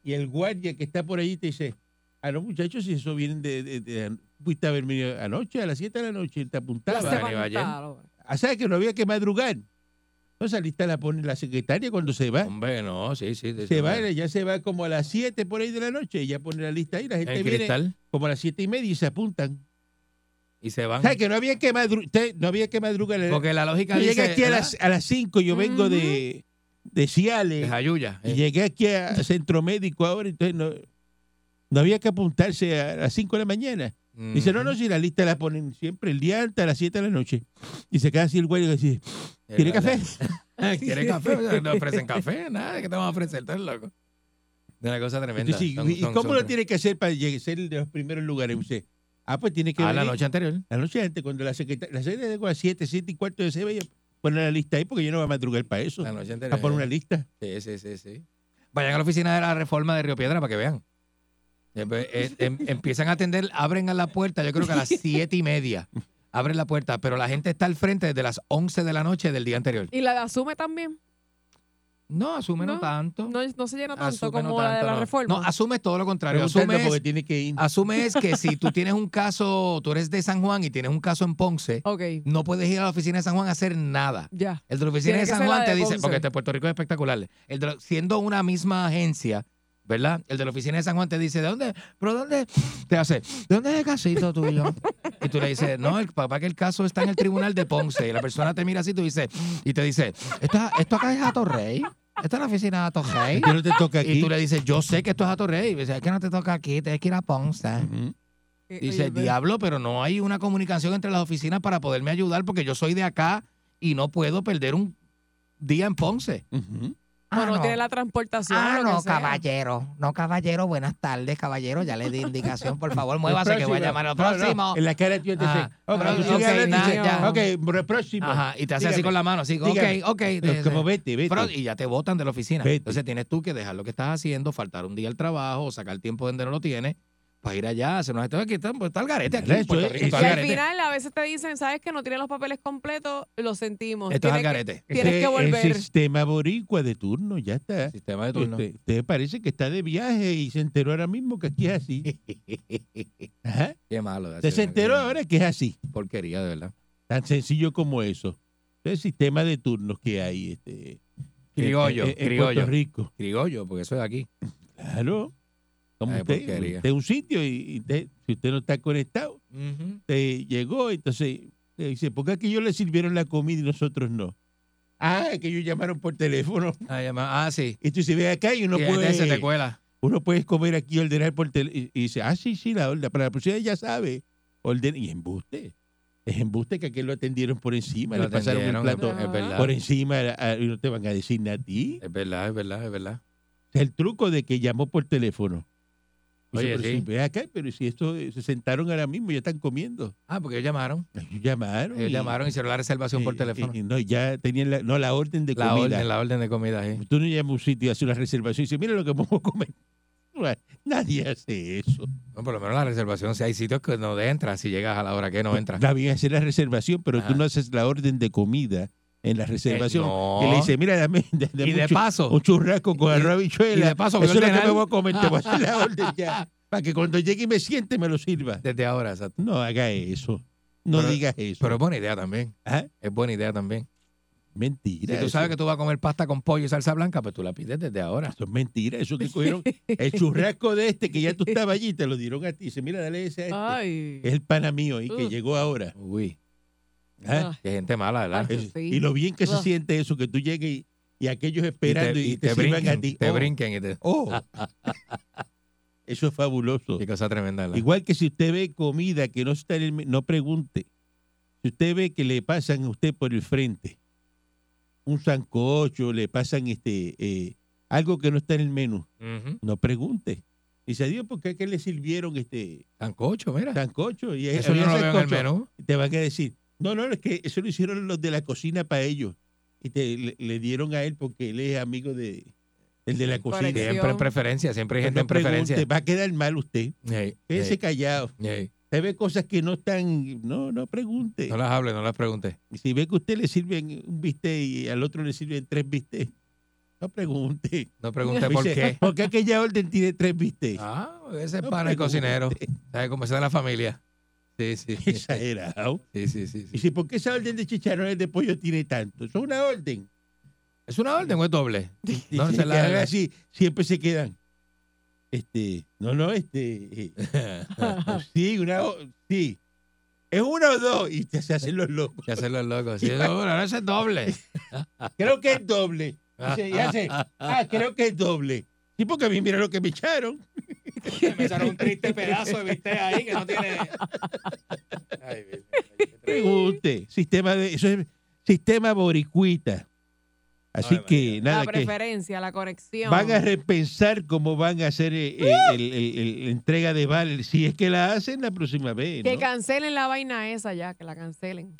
Speaker 3: Y el guardia que está por allí te dice, a los muchachos, si eso vienen de... de- de- fuiste a ver mira, anoche, a las 7 de la noche, y te
Speaker 5: Ya se
Speaker 3: apuntaba.
Speaker 4: Dani Valle.
Speaker 5: levantaron.
Speaker 3: O sea, que no había que madrugar. Entonces la lista la pone la secretaria cuando se va.
Speaker 4: Hombre, no, sí, sí. sí,
Speaker 3: ¿Eh? Se
Speaker 4: sí,
Speaker 3: va,
Speaker 4: hombre.
Speaker 3: ya se va como a las 7 por ahí de la noche, ella pone la lista ahí, la gente
Speaker 4: en
Speaker 3: viene
Speaker 4: cristal
Speaker 3: como a las 7 y media y se apuntan.
Speaker 4: y se
Speaker 3: O
Speaker 4: van.
Speaker 3: sea, que no había que, madru- usted- no había que madrugar.
Speaker 4: Porque la lógica
Speaker 3: Yo
Speaker 4: dice... "Ah,
Speaker 3: llegué aquí a
Speaker 4: ¿verdad?
Speaker 3: las, a las 5, yo vengo de, de
Speaker 4: De
Speaker 3: Ciales.
Speaker 4: Jayuya.
Speaker 3: Y
Speaker 4: eh.
Speaker 3: llegué aquí a Centro Médico ahora, entonces no, no había que apuntarse a las 5 de la mañana.
Speaker 4: Mm.
Speaker 3: Dice, no, no, si la lista la ponen siempre el día antes a las 7 de la noche. Y se queda así el güey y dice,
Speaker 4: Es
Speaker 3: ¿quiere
Speaker 4: verdad.
Speaker 3: café?
Speaker 4: ¿Quiere Eh, café? No ofrecen café, nada. ¿Qué te van a ofrecer? Estás loco. De una cosa tremenda.
Speaker 3: Entonces, ¿y,
Speaker 4: Son-
Speaker 3: y
Speaker 4: son-
Speaker 3: cómo
Speaker 4: son
Speaker 3: lo
Speaker 4: trem-
Speaker 3: tiene que hacer para llegar- ser de los primeros lugares? Dice, ah, pues tiene que
Speaker 4: A la
Speaker 3: venir
Speaker 4: noche anterior.
Speaker 3: la noche antes, cuando la secretaria, la secretaria llegó a las 7, 7 y cuarto de ese vaya, poner la lista ahí porque yo no voy a madrugar para eso.
Speaker 4: La noche
Speaker 3: A
Speaker 4: anterior.
Speaker 3: poner una lista.
Speaker 4: Sí, sí, sí, sí. Vayan a la oficina de la reforma de Río Piedra para que vean. Em- em- em- Empiezan a atender, abren a la puerta, yo creo que a las siete y media. Abren la puerta, pero la gente está al frente desde las 11 de la noche del día anterior.
Speaker 5: Y la de Asume también.
Speaker 4: No, asume no,
Speaker 5: No,
Speaker 4: tanto.
Speaker 5: No, no se llena tanto
Speaker 4: Asume no
Speaker 5: como la de
Speaker 4: tanto,
Speaker 5: la
Speaker 4: no.
Speaker 5: reforma.
Speaker 4: No, asume todo lo contrario.
Speaker 3: Preguntando
Speaker 4: Asume
Speaker 3: porque
Speaker 4: es,
Speaker 3: tiene que ir.
Speaker 4: asume es que si tú tienes un caso, tú eres de San Juan y tienes un caso en Ponce,
Speaker 5: ok,
Speaker 4: no puedes ir a la oficina de San Juan a hacer nada.
Speaker 5: ya.
Speaker 4: El de la oficina
Speaker 5: Tiene
Speaker 4: de
Speaker 5: que
Speaker 4: San
Speaker 5: ser la
Speaker 4: Juan
Speaker 5: de
Speaker 4: te dice,
Speaker 5: Ponce.
Speaker 4: porque este Puerto Rico es espectacular, el de la- siendo una misma agencia, ¿verdad? El de la oficina de San Juan te dice, ¿de dónde? ¿Pero dónde? Te hace, ¿de dónde es el casito tuyo? Y tú le dices, no, el papá que el caso está en el tribunal de Ponce. Y la persona te mira así tú dices, y te dice, ¿esto, es- esto acá es Atorrey? ¿Esta es la oficina de Atorrey?
Speaker 3: Que no te toca aquí.
Speaker 4: Y tú le dices, yo sé que esto es Atorrey. Y dice, es que no te toca aquí, tienes que ir a Ponce.
Speaker 3: Ujú.
Speaker 5: Eh,
Speaker 4: Dice,
Speaker 5: oye, pero-
Speaker 4: diablo, pero no hay una comunicación entre las oficinas para poderme ayudar porque yo soy de acá y no puedo perder un día en Ponce.
Speaker 3: Ujú.
Speaker 5: Bueno, tiene la transportación.
Speaker 7: Ah,
Speaker 5: o lo
Speaker 7: no,
Speaker 5: que sea.
Speaker 7: caballero. No, caballero. Buenas tardes, caballero. Ya le di indicación. Por favor,
Speaker 3: El
Speaker 7: muévase que voy a
Speaker 3: próximo.
Speaker 7: llamar al
Speaker 3: No, no,
Speaker 7: próximo.
Speaker 3: en la cara tuya te dice,
Speaker 4: Ah,
Speaker 3: ok,
Speaker 4: ah,
Speaker 3: tú
Speaker 4: ok,
Speaker 3: sigues hablando y
Speaker 4: nah,
Speaker 3: dices,
Speaker 4: ya.
Speaker 3: ok, bro, próximo.
Speaker 4: Ajá, y te hace así
Speaker 3: Dígame.
Speaker 4: con la mano, así,
Speaker 3: Dígame.
Speaker 4: ok, ok.
Speaker 3: Eh, Como vete, vete.
Speaker 4: Pero- y ya te botan de la oficina.
Speaker 3: Vete.
Speaker 4: Entonces tienes tú que dejar lo que estás haciendo, faltar un día al trabajo, o sacar tiempo donde no lo tienes, para ir allá, hacer unos gestiones. Aquí está, pues, está el garete aquí.
Speaker 3: Eso
Speaker 4: en Puerto
Speaker 3: es-
Speaker 4: Rico, está
Speaker 5: Y
Speaker 4: el
Speaker 5: al
Speaker 4: garete.
Speaker 5: final a veces te dicen, ¿sabes que no tienes los papeles completos? Lo sentimos.
Speaker 4: Esto es al
Speaker 5: Tienes que-
Speaker 4: garete.
Speaker 5: tienes
Speaker 3: Ese
Speaker 5: que
Speaker 3: es El
Speaker 5: volver.
Speaker 3: sistema boricua de turno, ya está.
Speaker 4: Sistema de turno.
Speaker 3: Usted, usted parece que está de viaje y se enteró ahora mismo que aquí es así. Ajá.
Speaker 4: Qué malo. de
Speaker 3: Usted se
Speaker 4: hacer, qué
Speaker 3: enteró ahora que es así.
Speaker 4: Porquería, de verdad.
Speaker 3: Tan sencillo como eso. Ese Es el sistema de turnos que hay este,
Speaker 4: Criollo,
Speaker 3: en- en- en
Speaker 4: criollo.
Speaker 3: Puerto Rico.
Speaker 4: Criollo, porque eso es aquí.
Speaker 3: Claro. Como
Speaker 4: Ay,
Speaker 3: usted,
Speaker 4: porquería.
Speaker 3: usted es un sitio y, y usted- si usted no está conectado, te eh, llegó, entonces le dice, ¿por qué aquí ellos le sirvieron la comida y nosotros no? Ah, es que ellos llamaron por teléfono.
Speaker 4: Ah, llama- ah, sí.
Speaker 3: Y tú dices, ve acá y uno
Speaker 4: Y
Speaker 3: puede...
Speaker 4: se te cuela.
Speaker 3: uno puede comer aquí, ordenar por teléfono. Y dice, ah, sí, sí, la, la- para la próxima ya sabe. Orden, y embuste. Es embuste que aquel lo atendieron por encima,
Speaker 4: Lo
Speaker 3: le pasaron el
Speaker 4: atendieron,
Speaker 3: plato
Speaker 4: Es verdad.
Speaker 3: por encima a- a- y no te van a decir nada a ti.
Speaker 4: Es verdad, es verdad, es verdad.
Speaker 3: El truco de que llamó por teléfono. Dice,
Speaker 4: Oye,
Speaker 3: pero
Speaker 4: sí.
Speaker 3: si ve acá, pero si esto eh, se sentaron ahora mismo, ya están comiendo.
Speaker 4: Ah, porque ellos llamaron.
Speaker 3: Ellos llamaron.
Speaker 4: Ellos llamaron y hicieron la reservación por
Speaker 3: eh,
Speaker 4: teléfono.
Speaker 3: eh, no, ya tenían la, no, la orden de
Speaker 4: la
Speaker 3: comida.
Speaker 4: orden, la orden de comida, sí.
Speaker 3: Tú no llamas a un sitio y haces una reservación y dices, mira lo que vamos a comer. Nadie hace eso.
Speaker 4: No, por lo menos la reservación, si hay sitios que no entras, si llegas a la hora que no entras.
Speaker 3: Está bien hacer la reservación, pero tú
Speaker 4: Ah.
Speaker 3: no haces la orden de comida en la reservación.
Speaker 4: Eh, no.
Speaker 3: Y le dice, mira, dame, dame
Speaker 4: Y
Speaker 3: un,
Speaker 4: de
Speaker 3: chu-
Speaker 4: paso,
Speaker 3: un churrasco con
Speaker 4: y-
Speaker 3: arroz habichuela.
Speaker 4: y de paso voy a
Speaker 3: Eso es lo que
Speaker 4: ordenar.
Speaker 3: me voy a comer, te voy a hacer la orden ya. Para que cuando llegue y me siente, me lo sirva.
Speaker 4: desde ahora, exacto.
Speaker 3: No haga eso. No
Speaker 4: Pero-
Speaker 3: digas eso.
Speaker 4: Pero es buena idea también.
Speaker 3: Ajá.
Speaker 4: Es buena idea también.
Speaker 3: mentira.
Speaker 4: Si tú
Speaker 3: eso.
Speaker 4: sabes que tú vas a comer pasta con pollo y salsa blanca, pues tú la pides desde ahora.
Speaker 3: Eso es mentira. Eso que cogieron el churrasco de este que ya tú estabas allí, te lo dieron a ti. Dice, mira, dale ese a este.
Speaker 5: Ay.
Speaker 4: Eh,
Speaker 3: Es el pana mío ahí que
Speaker 5: Uh.
Speaker 3: llegó ahora.
Speaker 4: Uy,
Speaker 3: ¿Ah?
Speaker 5: Ah,
Speaker 4: qué gente mala, ¿verdad?
Speaker 5: Ah,
Speaker 3: Eso-
Speaker 5: sí.
Speaker 3: Y lo bien que se
Speaker 5: Ah.
Speaker 3: siente eso, que tú llegues y, y aquellos
Speaker 4: Y
Speaker 3: esperando y te, sirvan
Speaker 4: brinquen,
Speaker 3: a ti.
Speaker 4: te
Speaker 3: Oh,
Speaker 4: brinquen y te...
Speaker 3: oh. Eso es fabuloso.
Speaker 4: Qué cosa tremenda, ¿verdad?
Speaker 3: Igual que si usted ve comida que no está en el me- no pregunte. Si usted ve que le pasan a usted por el frente un sancocho, le pasan este eh, algo que no está en el menú,
Speaker 4: Ujú.
Speaker 3: no pregunte. Dice, adiós, ¿por qué, qué le sirvieron este
Speaker 4: Sancocho, mira.
Speaker 3: sancocho? Y
Speaker 4: Ah. Eso
Speaker 3: había
Speaker 4: yo no lo veo en el
Speaker 3: sancocho.
Speaker 4: menú.
Speaker 3: Y te van a decir, no, no, es que eso lo hicieron los de la cocina para ellos. Y te, le, le dieron a él porque él es amigo de, el de la cocina.
Speaker 5: Parecido.
Speaker 4: Siempre en preferencia, siempre hay gente
Speaker 3: No
Speaker 4: en preferencia.
Speaker 3: pregunte, va a quedar mal usted.
Speaker 4: Ey,
Speaker 3: Quédese
Speaker 4: ey,
Speaker 3: callado.
Speaker 4: ey.
Speaker 3: Usted ve cosas que no están... No, no pregunte.
Speaker 4: No las hable, no las pregunte.
Speaker 3: Y Si ve que a usted le sirven un bistec y al otro le sirven tres bistecs, no pregunte.
Speaker 4: No pregunte por
Speaker 3: Dice,
Speaker 4: qué.
Speaker 3: Porque aquella orden tiene tres bistecs.
Speaker 4: Ah, ese es
Speaker 3: No
Speaker 4: para el cocinero.
Speaker 3: pregunte.
Speaker 4: ¿Sabes cómo es de la familia? Sí, sí. Sí,
Speaker 3: Exagerado.
Speaker 4: sí, sí.
Speaker 3: Y
Speaker 4: sí.
Speaker 3: si, ¿por qué esa orden de chicharrones de pollo tiene tanto? Eso es una orden.
Speaker 4: ¿Es una orden o es doble?
Speaker 3: Y
Speaker 4: No,
Speaker 3: se
Speaker 4: se la-
Speaker 3: quedan así, siempre se quedan. Este, no, no, este. eh, sí, una o- sí. Es una o dos. Y te- se hacen los locos.
Speaker 4: Ya se los locos. Sí, es doble, ahora ese es doble.
Speaker 3: Creo que es doble. Y se- y hace, ah, creo que es doble. Sí, porque a mí mira lo que me echaron.
Speaker 4: Me echaron un triste pedazo de bistec ahí que no tiene.
Speaker 3: Pregunte. Sistema de. Eso es sistema boricuita. Así
Speaker 4: Ay,
Speaker 3: que
Speaker 5: La
Speaker 3: nada que.
Speaker 5: preferencia, la conexión.
Speaker 3: Van a repensar cómo van a hacer eh, eh, el- el- el- la entrega de vales. Si es que la hacen la próxima vez.
Speaker 5: Que
Speaker 3: ¿no?
Speaker 5: cancelen la vaina esa ya, que la cancelen.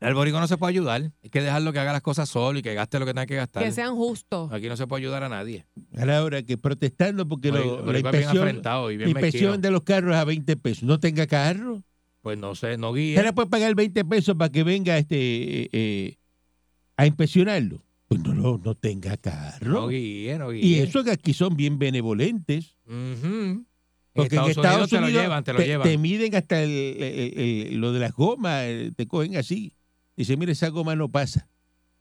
Speaker 4: Al borico no se puede ayudar. Hay que dejarlo que haga las cosas solo y que gaste lo que tenga que gastar.
Speaker 5: Que sean justos.
Speaker 4: Aquí no se puede ayudar a nadie.
Speaker 3: A la hora que protestando porque lo-
Speaker 4: Borico-
Speaker 3: la
Speaker 4: Borico es bien
Speaker 3: inspección,
Speaker 4: afrentado y
Speaker 3: la
Speaker 4: bien
Speaker 3: inspección
Speaker 4: mezquino.
Speaker 3: de los carros a 20 pesos. No tenga carro.
Speaker 4: Pues no sé, no guía.
Speaker 3: Usted le puede pagar 20 pesos para que venga este eh, eh, a inspeccionarlo. Pues no, no, no tenga
Speaker 4: No
Speaker 3: carro.
Speaker 4: guíe, no guíe.
Speaker 3: y eso que aquí son bien benevolentes.
Speaker 4: Ujú. En
Speaker 3: Porque en
Speaker 4: Estados, Unidos, te lo llevan, te lo llevan.
Speaker 3: te miden hasta el- el- el- lo de las gomas, eh, te cogen así. Dice, mire, esa goma no pasa.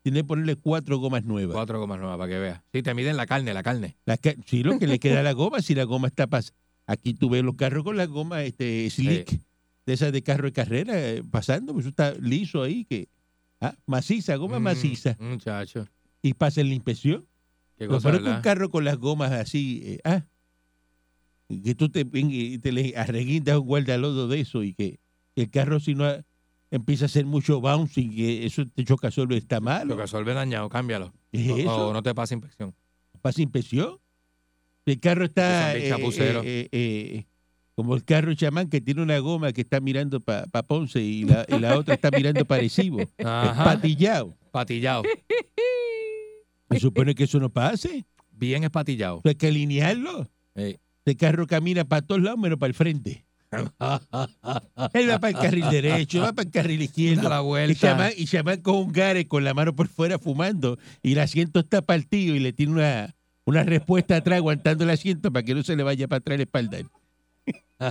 Speaker 3: Tiene que ponerle cuatro gomas nuevas.
Speaker 4: Cuatro gomas nuevas para que veas. Sí, te miden la carne, la carne.
Speaker 3: La ca- sí, lo que le queda a la goma, si la goma está pasando. Aquí tú ves los carros con la goma este, slick, de esas de carro de carrera, eh, pasando, pues eso está liso ahí, que ah, maciza, goma
Speaker 4: Mm,
Speaker 3: maciza,
Speaker 4: Muchacho.
Speaker 3: y pasa en la inspección.
Speaker 4: Qué
Speaker 3: Lo
Speaker 4: cosa,
Speaker 3: peor es que un
Speaker 4: ¿verdad?
Speaker 3: carro con las gomas así, eh, ah, y que tú te, ven y te le arreguindas un guardalodo de eso y que, que el carro si no ha- empieza a hacer mucho bouncing, que eso te choca solo, está
Speaker 4: Lo
Speaker 3: malo.
Speaker 4: que resuelve dañado, cámbialo.
Speaker 3: ¿Qué
Speaker 4: O-
Speaker 3: es eso?
Speaker 4: O no te pasa inspección.
Speaker 3: pasa inspección. El carro está
Speaker 4: Son bien
Speaker 3: eh,
Speaker 4: chapuceros.
Speaker 3: eh, eh, eh, como el carro chamán que tiene una goma que está mirando para Ponce y la, y la otra está mirando para Arecibo. Es
Speaker 4: Ajá.
Speaker 3: Patillado.
Speaker 4: Patillado.
Speaker 3: Se supone que eso no pase.
Speaker 4: Bien espatillado.
Speaker 3: Eso hay Pues que alinearlo.
Speaker 4: Ey.
Speaker 3: Este carro camina para todos lados menos para el frente. Él va para el carril derecho, va para el carril
Speaker 4: Da
Speaker 3: izquierdo.
Speaker 4: la
Speaker 3: Y chamán,
Speaker 4: vuelta.
Speaker 3: y chamán con un gare con la mano por fuera fumando y el asiento está partido y le tiene una, una respuesta atrás aguantando el asiento para que no se le vaya para atrás la espalda.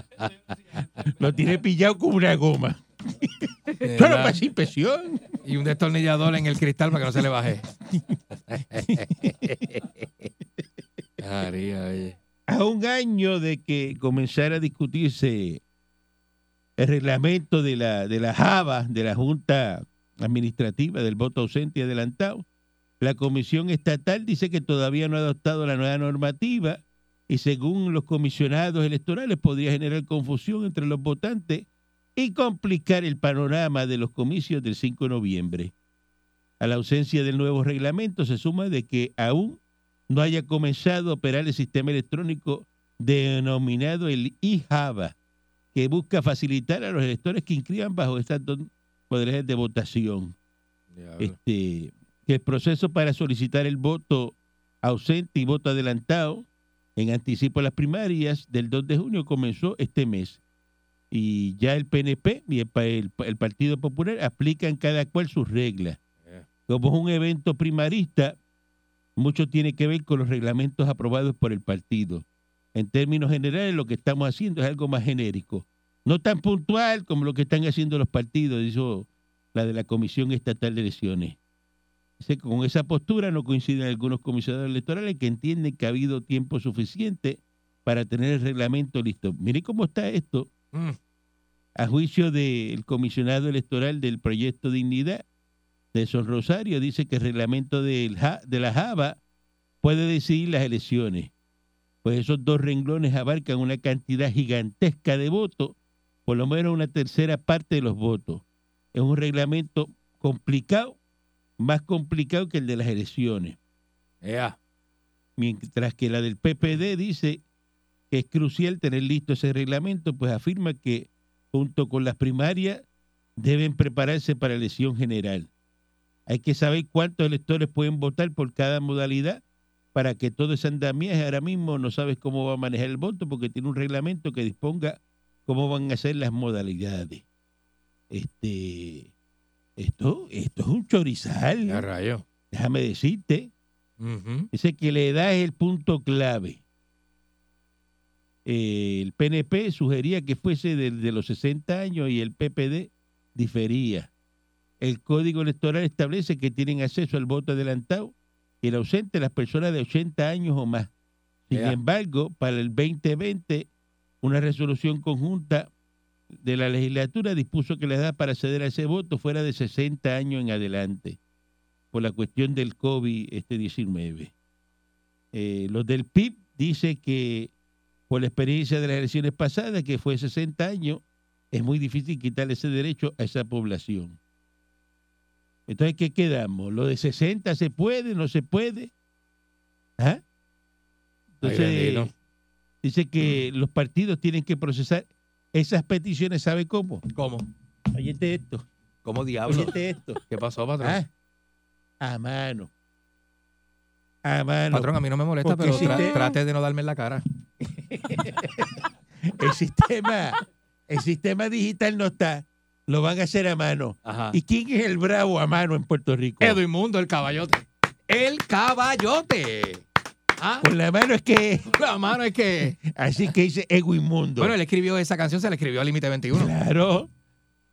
Speaker 3: Lo tiene pillado con una goma.
Speaker 4: Eh,
Speaker 3: Claro,
Speaker 4: la-
Speaker 3: pasa impresión.
Speaker 4: Y un destornillador en el cristal para que no se le baje. María, oye.
Speaker 3: A un año de que comenzara a discutirse el reglamento de la, de la JAVA, de la Junta Administrativa del Voto Ausente y Adelantado, la Comisión Estatal dice que todavía no ha adoptado la nueva normativa y según los comisionados electorales podría generar confusión entre los votantes y complicar el panorama de los comicios del 5 de noviembre. A la ausencia del nuevo reglamento se suma de que aún no haya comenzado a operar el sistema electrónico denominado el IJAVA, que busca facilitar a los electores que inscriban bajo estas dos modalidades de votación
Speaker 4: Diablo.
Speaker 3: este, que el proceso para solicitar el voto ausente y voto adelantado en anticipo a las primarias del 2 de junio comenzó este mes. Y ya el PNP y el, pa- el pa- el Partido Popular aplican cada cual sus reglas.
Speaker 4: Yeah.
Speaker 3: Como es un evento primarista, mucho tiene que ver con los reglamentos aprobados por el partido. En términos generales, lo que estamos haciendo es algo más genérico. No tan puntual como lo que están haciendo los partidos, dijo la de la Comisión Estatal de Elecciones. Dice que con esa postura no coinciden algunos comisionados electorales que entienden que ha habido tiempo suficiente para tener el reglamento listo. Mire cómo está esto.
Speaker 4: Mm.
Speaker 3: A juicio del comisionado electoral del proyecto Dignidad de Son Rosario, dice que el reglamento del Ja- de la JAVA puede decidir las elecciones. Pues esos dos renglones abarcan una cantidad gigantesca de votos, por lo menos una tercera parte de los votos. Es un reglamento complicado, más complicado que el de las elecciones
Speaker 4: Ea.
Speaker 3: mientras que la del PPD dice que es crucial tener listo ese reglamento, pues afirma que junto con las primarias deben prepararse para elección general. Hay que saber cuántos electores pueden votar por cada modalidad para que todo ese andamiaje ahora mismo no sabes cómo va a manejar el voto porque tiene un reglamento que disponga cómo van a ser las modalidades. Este, esto, esto es un
Speaker 4: Ya
Speaker 3: chorizal,
Speaker 4: rayo.
Speaker 3: déjame decirte.
Speaker 4: Ujú.
Speaker 3: Dice que la edad es el punto clave. Eh, el PNP sugería que fuese desde los 60 años y el PPD difería. El Código Electoral establece que tienen acceso al voto adelantado y el ausente las personas de 80 años o más. Sin
Speaker 4: Ea.
Speaker 3: embargo, para el 2020, una resolución conjunta de la legislatura dispuso que la edad para acceder a ese voto fuera de 60 años en adelante por la cuestión del COVID-19. Eh, los del PIB dice que por la experiencia de las elecciones pasadas, que fue 60 años, es muy difícil quitarle ese derecho a esa población. Entonces, ¿qué quedamos? ¿Lo de 60 se puede? ¿No se puede? ¿Ah?
Speaker 4: Ay,
Speaker 3: Entonces,
Speaker 4: bendito.
Speaker 3: dice que los partidos tienen que procesar esas peticiones, ¿sabe cómo?
Speaker 4: ¿Cómo?
Speaker 3: Oye esto,
Speaker 4: ¿Cómo diablo? Eh,
Speaker 3: oye esto.
Speaker 4: ¿Qué pasó, patrón?
Speaker 3: Ah, A mano. A mano.
Speaker 4: Patrón, a mí no me molesta,
Speaker 3: Porque
Speaker 4: pero tra-
Speaker 3: existe-
Speaker 4: trate de no darme en la cara.
Speaker 3: El sistema, el sistema digital no está. Lo van a hacer a mano.
Speaker 4: Ajá.
Speaker 3: ¿Y quién es el bravo a mano en Puerto Rico?
Speaker 4: Edwin Mundo, el caballote. ¡El caballote! Ah,
Speaker 3: Con Pues la mano es que.
Speaker 4: la mano es que.
Speaker 3: Así que dice Ego Inmundo.
Speaker 4: Bueno, él escribió esa canción, se la escribió a Límite 21.
Speaker 3: claro.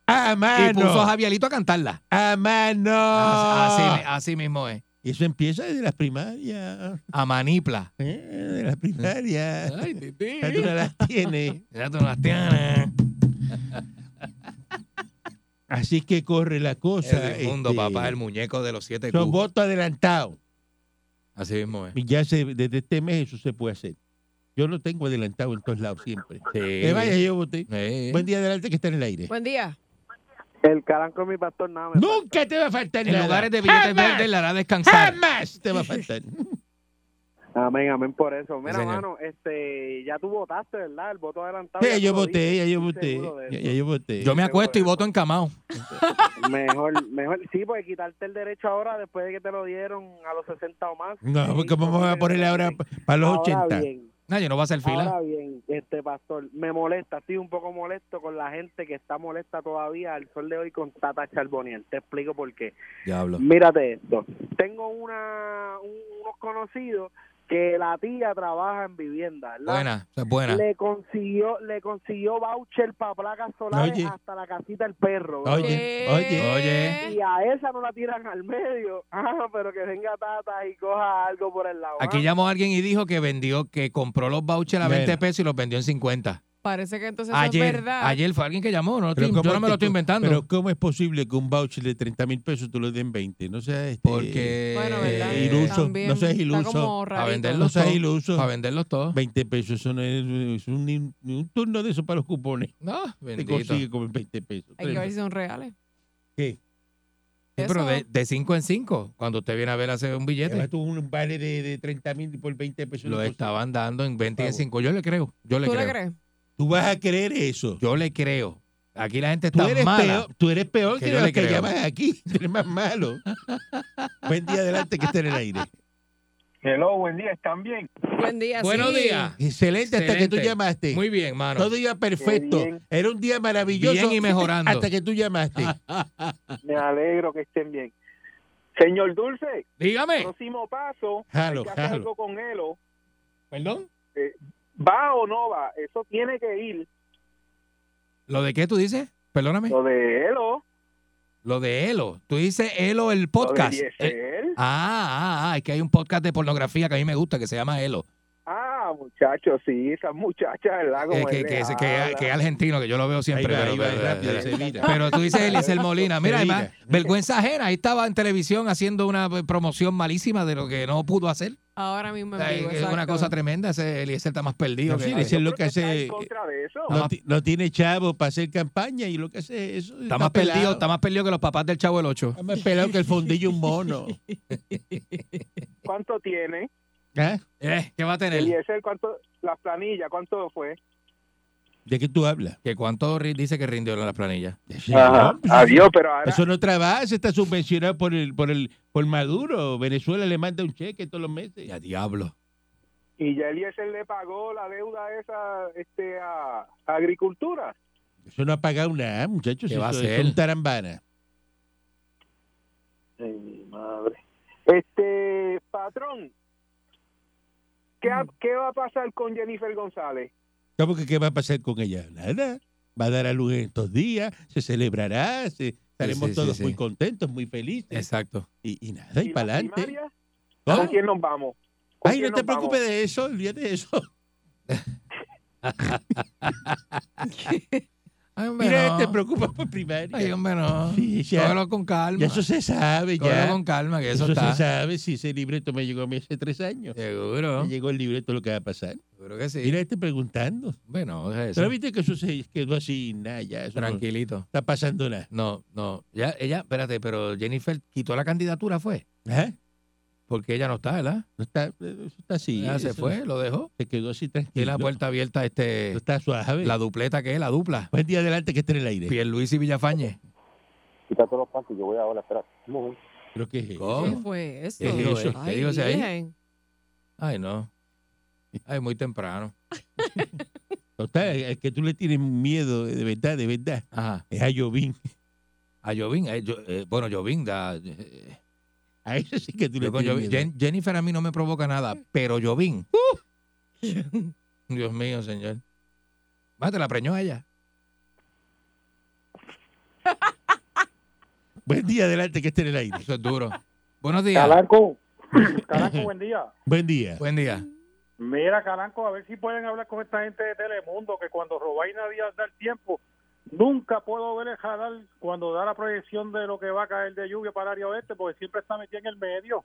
Speaker 3: A
Speaker 4: Y puso a Ah,
Speaker 3: mano.
Speaker 4: Javierito a cantarla.
Speaker 3: A mano.
Speaker 4: Así,
Speaker 3: Ah.
Speaker 4: así mismo es.
Speaker 3: Y eso empieza desde las primarias.
Speaker 4: A Manipla.
Speaker 3: ¿eh? De las primarias.
Speaker 4: Ay, tití.
Speaker 3: Ya tú no las tienes.
Speaker 4: Ya tú no las tienes.
Speaker 3: Así que corre la cosa.
Speaker 4: Edwin Mundo,
Speaker 3: este,
Speaker 4: papá, el muñeco de los siete
Speaker 3: Son
Speaker 4: cubos.
Speaker 3: votos adelantados.
Speaker 4: Así mismo es.
Speaker 3: Y ya se, desde este mes eso se puede hacer. Yo lo tengo adelantado en todos lados siempre. Que vaya,
Speaker 4: Sí.
Speaker 3: yo voté.
Speaker 4: Sí.
Speaker 3: Buen día adelante que está en el aire.
Speaker 5: Buen día.
Speaker 8: El caranco es mi pastor, nada me falta.
Speaker 3: Nunca te va a faltar
Speaker 4: pues, En
Speaker 3: nada.
Speaker 4: lugares de billetes
Speaker 3: ¡Jamás!
Speaker 4: verdes la hará descansar.
Speaker 3: Jamás te va a faltar.
Speaker 8: Amén, amén por eso. Mira,
Speaker 4: Sí, señor.
Speaker 8: mano, este, ya tú votaste, ¿verdad? El voto adelantado.
Speaker 3: Ya yo
Speaker 8: tú lo
Speaker 3: voté, ya yo
Speaker 8: Estoy
Speaker 3: voté.
Speaker 8: seguro de
Speaker 3: Ya,
Speaker 8: eso.
Speaker 3: ya yo voté.
Speaker 4: Yo me acuesto y voto encamado.
Speaker 8: dices. Mejor, mejor. Sí, porque quitarte el derecho ahora, después de que te lo dieron a los 60 o más.
Speaker 3: No, porque vamos a poner ahora
Speaker 8: Bien.
Speaker 3: para los
Speaker 8: Ahora
Speaker 3: 80.
Speaker 8: bien,
Speaker 4: No, yo no voy a hacer fila.
Speaker 8: ahora bien, este pastor, me molesta, estoy un poco molesto con la gente que está molesta todavía al sol de hoy con Tata Charboniel. Te explico por qué.
Speaker 4: Diablo.
Speaker 8: Mírate esto. Tengo una, un- unos conocidos que la tía trabaja en vivienda, ¿verdad?
Speaker 4: Buena, esa es buena.
Speaker 8: Le consiguió, le consiguió voucher para placas solares
Speaker 3: Oye.
Speaker 8: hasta la casita del perro. bro.
Speaker 3: Oye, oye.
Speaker 4: oye.
Speaker 8: Y a esa no la tiran al medio. Ah, pero que venga Tata y coja algo por el lado.
Speaker 4: Aquí
Speaker 8: ah.
Speaker 4: llamó alguien y dijo que vendió, que compró los vouchers a 20
Speaker 3: Mira.
Speaker 4: pesos y los vendió en 50.
Speaker 5: Parece que entonces eso es
Speaker 4: Ayer,
Speaker 5: verdad.
Speaker 4: ayer fue alguien que llamó, no lo
Speaker 3: Pero
Speaker 4: estoy-
Speaker 3: ¿cómo
Speaker 4: yo no me
Speaker 3: te-
Speaker 4: lo estoy inventando.
Speaker 3: Pero ¿cómo es posible que un voucher de 30 mil pesos tú lo den 20? No seas este,
Speaker 4: porque
Speaker 5: bueno, ¿verdad?
Speaker 3: eh, iluso,
Speaker 5: También
Speaker 3: no seas
Speaker 5: está
Speaker 3: iluso.
Speaker 5: como
Speaker 4: Para
Speaker 5: rarito.
Speaker 4: venderlo
Speaker 3: No seas iluso.
Speaker 4: para venderlos todos.
Speaker 3: 20 pesos, eso no es, es un, ni- ni un turno de eso para los cupones.
Speaker 4: No,
Speaker 3: Te
Speaker 4: bendito. Sí,
Speaker 3: consigue como en 20 pesos.
Speaker 5: Hay que ver si son reales.
Speaker 3: ¿Qué?
Speaker 4: pero
Speaker 5: Eso-
Speaker 4: de, de cinco en cinco, cuando usted viene a ver hacer un
Speaker 3: Además,
Speaker 4: billete,
Speaker 3: tú un vale de, de 30 mil por 20 pesos.
Speaker 4: lo
Speaker 3: no
Speaker 4: estaban dando en 20 y en
Speaker 3: Por
Speaker 4: 5. Yo le creo, yo le
Speaker 5: ¿Tú
Speaker 4: creo.
Speaker 5: le crees?
Speaker 3: consigue. Tú vas a creer eso.
Speaker 4: Yo le creo. Aquí la gente
Speaker 3: Tú
Speaker 4: está
Speaker 3: eres,
Speaker 4: mala.
Speaker 3: peor, tú eres peor
Speaker 4: Que
Speaker 3: que,
Speaker 4: yo
Speaker 3: los
Speaker 4: le
Speaker 3: que
Speaker 4: creo.
Speaker 3: llamas aquí. Tú eres más malo. Buen día adelante que esté en el aire.
Speaker 8: Hello, buen día, ¿están bien?
Speaker 5: Buen día.
Speaker 4: Buenos
Speaker 5: sí.
Speaker 4: días.
Speaker 3: Excelente, hasta que tú
Speaker 4: Excelente.
Speaker 3: llamaste.
Speaker 4: Muy bien, mano.
Speaker 3: Todo iba perfecto.
Speaker 8: Qué bien.
Speaker 3: Era un día maravilloso.
Speaker 4: Bien y mejorando. Ah.
Speaker 3: Hasta que tú llamaste.
Speaker 8: Ah, Me alegro que estén bien. Señor Dulce,
Speaker 4: Dígame.
Speaker 8: próximo paso,
Speaker 3: Jalo,
Speaker 8: ¿qué hace
Speaker 3: jalo.
Speaker 8: algo con Elo?
Speaker 4: Perdón.
Speaker 8: ¿Va o no va? Eso tiene que ir.
Speaker 4: ¿Lo de qué tú dices? Perdóname.
Speaker 8: Lo de Elo,
Speaker 4: Lo de Elo. Tú dices Elo el
Speaker 8: lo de
Speaker 4: podcast. Eh,
Speaker 8: Yesel.
Speaker 4: ah, ah, ah, es que hay un podcast de pornografía que a mí me gusta que se llama Elo.
Speaker 8: Ah, muchachos, sí, esas muchachas, ¿verdad? Como
Speaker 4: Eh, que,
Speaker 8: él
Speaker 4: que,
Speaker 8: le
Speaker 4: que- que-
Speaker 8: habla.
Speaker 4: que es argentino, que yo lo veo siempre.
Speaker 3: Ah, Ahí va,
Speaker 4: pero,
Speaker 3: ahí va,
Speaker 4: pero- eh,
Speaker 3: rápido,
Speaker 4: pero-
Speaker 3: se mira.
Speaker 4: pero tú dices Eliezer Molina. Mira,
Speaker 3: Se mira.
Speaker 4: además, vergüenza ajena. Ahí estaba en televisión haciendo una promoción malísima de lo que no pudo hacer.
Speaker 5: Ahora mismo en
Speaker 4: O sea,
Speaker 5: vivo,
Speaker 4: es una
Speaker 5: exacto.
Speaker 4: cosa tremenda. Ese Eliezer está más perdido.
Speaker 3: No,
Speaker 4: que- eh,
Speaker 3: sí, Eliezer lo que
Speaker 8: Pero está
Speaker 3: hace.
Speaker 8: en contra de eso.
Speaker 3: No, ti- no tiene chavo para hacer campaña y lo que hace es eso.
Speaker 4: está, más perdido, está más perdido que los papás del Chavo del 8.
Speaker 3: Está más pelado que el fondillo un mono.
Speaker 8: ¿Cuánto tiene?
Speaker 3: ¿Ah?
Speaker 4: Eh, ¿Qué va a
Speaker 8: Y
Speaker 4: tener?
Speaker 8: ese, ¿cuánto? Las planillas, ¿cuánto fue?
Speaker 3: ¿De qué tú hablas?
Speaker 4: Que cuánto ri- dice que rindió en las planillas.
Speaker 3: No, pues,
Speaker 8: Adiós, Ah, pero ahora...
Speaker 3: Eso no trabaja, se está subvencionado por el, por el, por Maduro. Venezuela le manda un cheque todos los meses.
Speaker 4: Ya, diablo.
Speaker 8: Y ya Eliezer le pagó la deuda esa este, a, a Agricultura.
Speaker 3: Eso no ha pagado nada, muchachos.
Speaker 4: ¿Qué va a
Speaker 3: Eso- eso
Speaker 4: hacer?
Speaker 3: es un tarambana.
Speaker 8: Ay, mi madre. Este, patrón, ¿qué, ha- ¿qué va a pasar con Jennifer González?
Speaker 3: ¿Cómo que qué va a pasar con ella? Nada. Va a dar a luz en estos días, se celebrará, se- estaremos
Speaker 4: sí,
Speaker 3: todos
Speaker 4: sí.
Speaker 3: muy contentos, muy felices.
Speaker 4: Exacto.
Speaker 3: Y, y nada, y,
Speaker 8: la
Speaker 3: para adelante.
Speaker 8: primaria? ¿Con quién nos vamos? ¿Con
Speaker 3: Ay,
Speaker 8: quién
Speaker 3: no te
Speaker 8: nos vamos?
Speaker 3: preocupes de eso, olvídate de eso.
Speaker 4: Ay, hombre,
Speaker 3: Mira,
Speaker 4: no.
Speaker 3: te preocupas por primaria.
Speaker 4: Ay, hombre, no.
Speaker 3: Sí, ya.
Speaker 4: Cógelo con calma.
Speaker 3: Ya eso se sabe,
Speaker 4: Cógelo
Speaker 3: ya.
Speaker 4: con calma, que eso,
Speaker 3: Eso,
Speaker 4: está.
Speaker 3: se sabe, si ese libreto me llegó a mí hace tres años.
Speaker 4: Seguro.
Speaker 3: Me llegó el libreto lo que va a pasar.
Speaker 4: Seguro que sí.
Speaker 3: Mira, te preguntando.
Speaker 4: Bueno, deja eso.
Speaker 3: Pero viste que eso se quedó así, nada, ya. Eso no
Speaker 4: Tranquilito.
Speaker 3: está pasando nada.
Speaker 4: No, no. Ya, ella, espérate, pero Jennifer quitó la candidatura, fue.
Speaker 3: Ajá.
Speaker 4: Porque ella no está, ¿verdad?
Speaker 3: ¿Ah? No está, eso está así.
Speaker 4: ya se
Speaker 3: eso
Speaker 4: fue, lo dejó.
Speaker 3: Se quedó así
Speaker 4: Tiene
Speaker 3: tranquilo.
Speaker 4: la puerta abierta, este,
Speaker 3: Eso está suave.
Speaker 4: la dupleta que es, la dupla.
Speaker 3: Buen día adelante que esté en el aire.
Speaker 4: Pierluisi y Villafañe.
Speaker 9: Quita todos los pasos, yo voy ahora, espera. Un momento.
Speaker 3: Creo que es eso.
Speaker 5: ¿Qué
Speaker 4: ¿Cómo?
Speaker 5: fue eso?
Speaker 4: ¿Qué dijo ese?
Speaker 5: Ay,
Speaker 4: ¿Qué dijo ese ahí?
Speaker 5: virgen.
Speaker 4: Ay, no. Ay, muy temprano.
Speaker 3: Total, el que tú le tienes miedo, eh, de verdad, de verdad,
Speaker 4: Ajá.
Speaker 3: es a Jovín.
Speaker 4: A Jovín, eh, yo- eh, bueno, Jovín da... eh,
Speaker 3: A eso sí que tú le
Speaker 4: yo con
Speaker 3: tienes
Speaker 4: Jovín-
Speaker 3: miedo. ¡Uh!
Speaker 4: Jen- Jennifer a mí no me provoca nada, pero Jovín. Dios mío, señor. Va, te la preñó a ella.
Speaker 3: Buen día adelante que esté en el aire.
Speaker 4: Eso es duro. Buenos días.
Speaker 9: Calanco, Calanco, buen día.
Speaker 3: Buen día.
Speaker 4: Buen día.
Speaker 9: Mira, Calanco, a ver si pueden hablar con esta gente de Telemundo, que cuando Robaina Díaz da el tiempo, nunca puedo ver el jadal cuando da la proyección de lo que va a caer de lluvia para el área oeste, porque siempre está metida en el medio.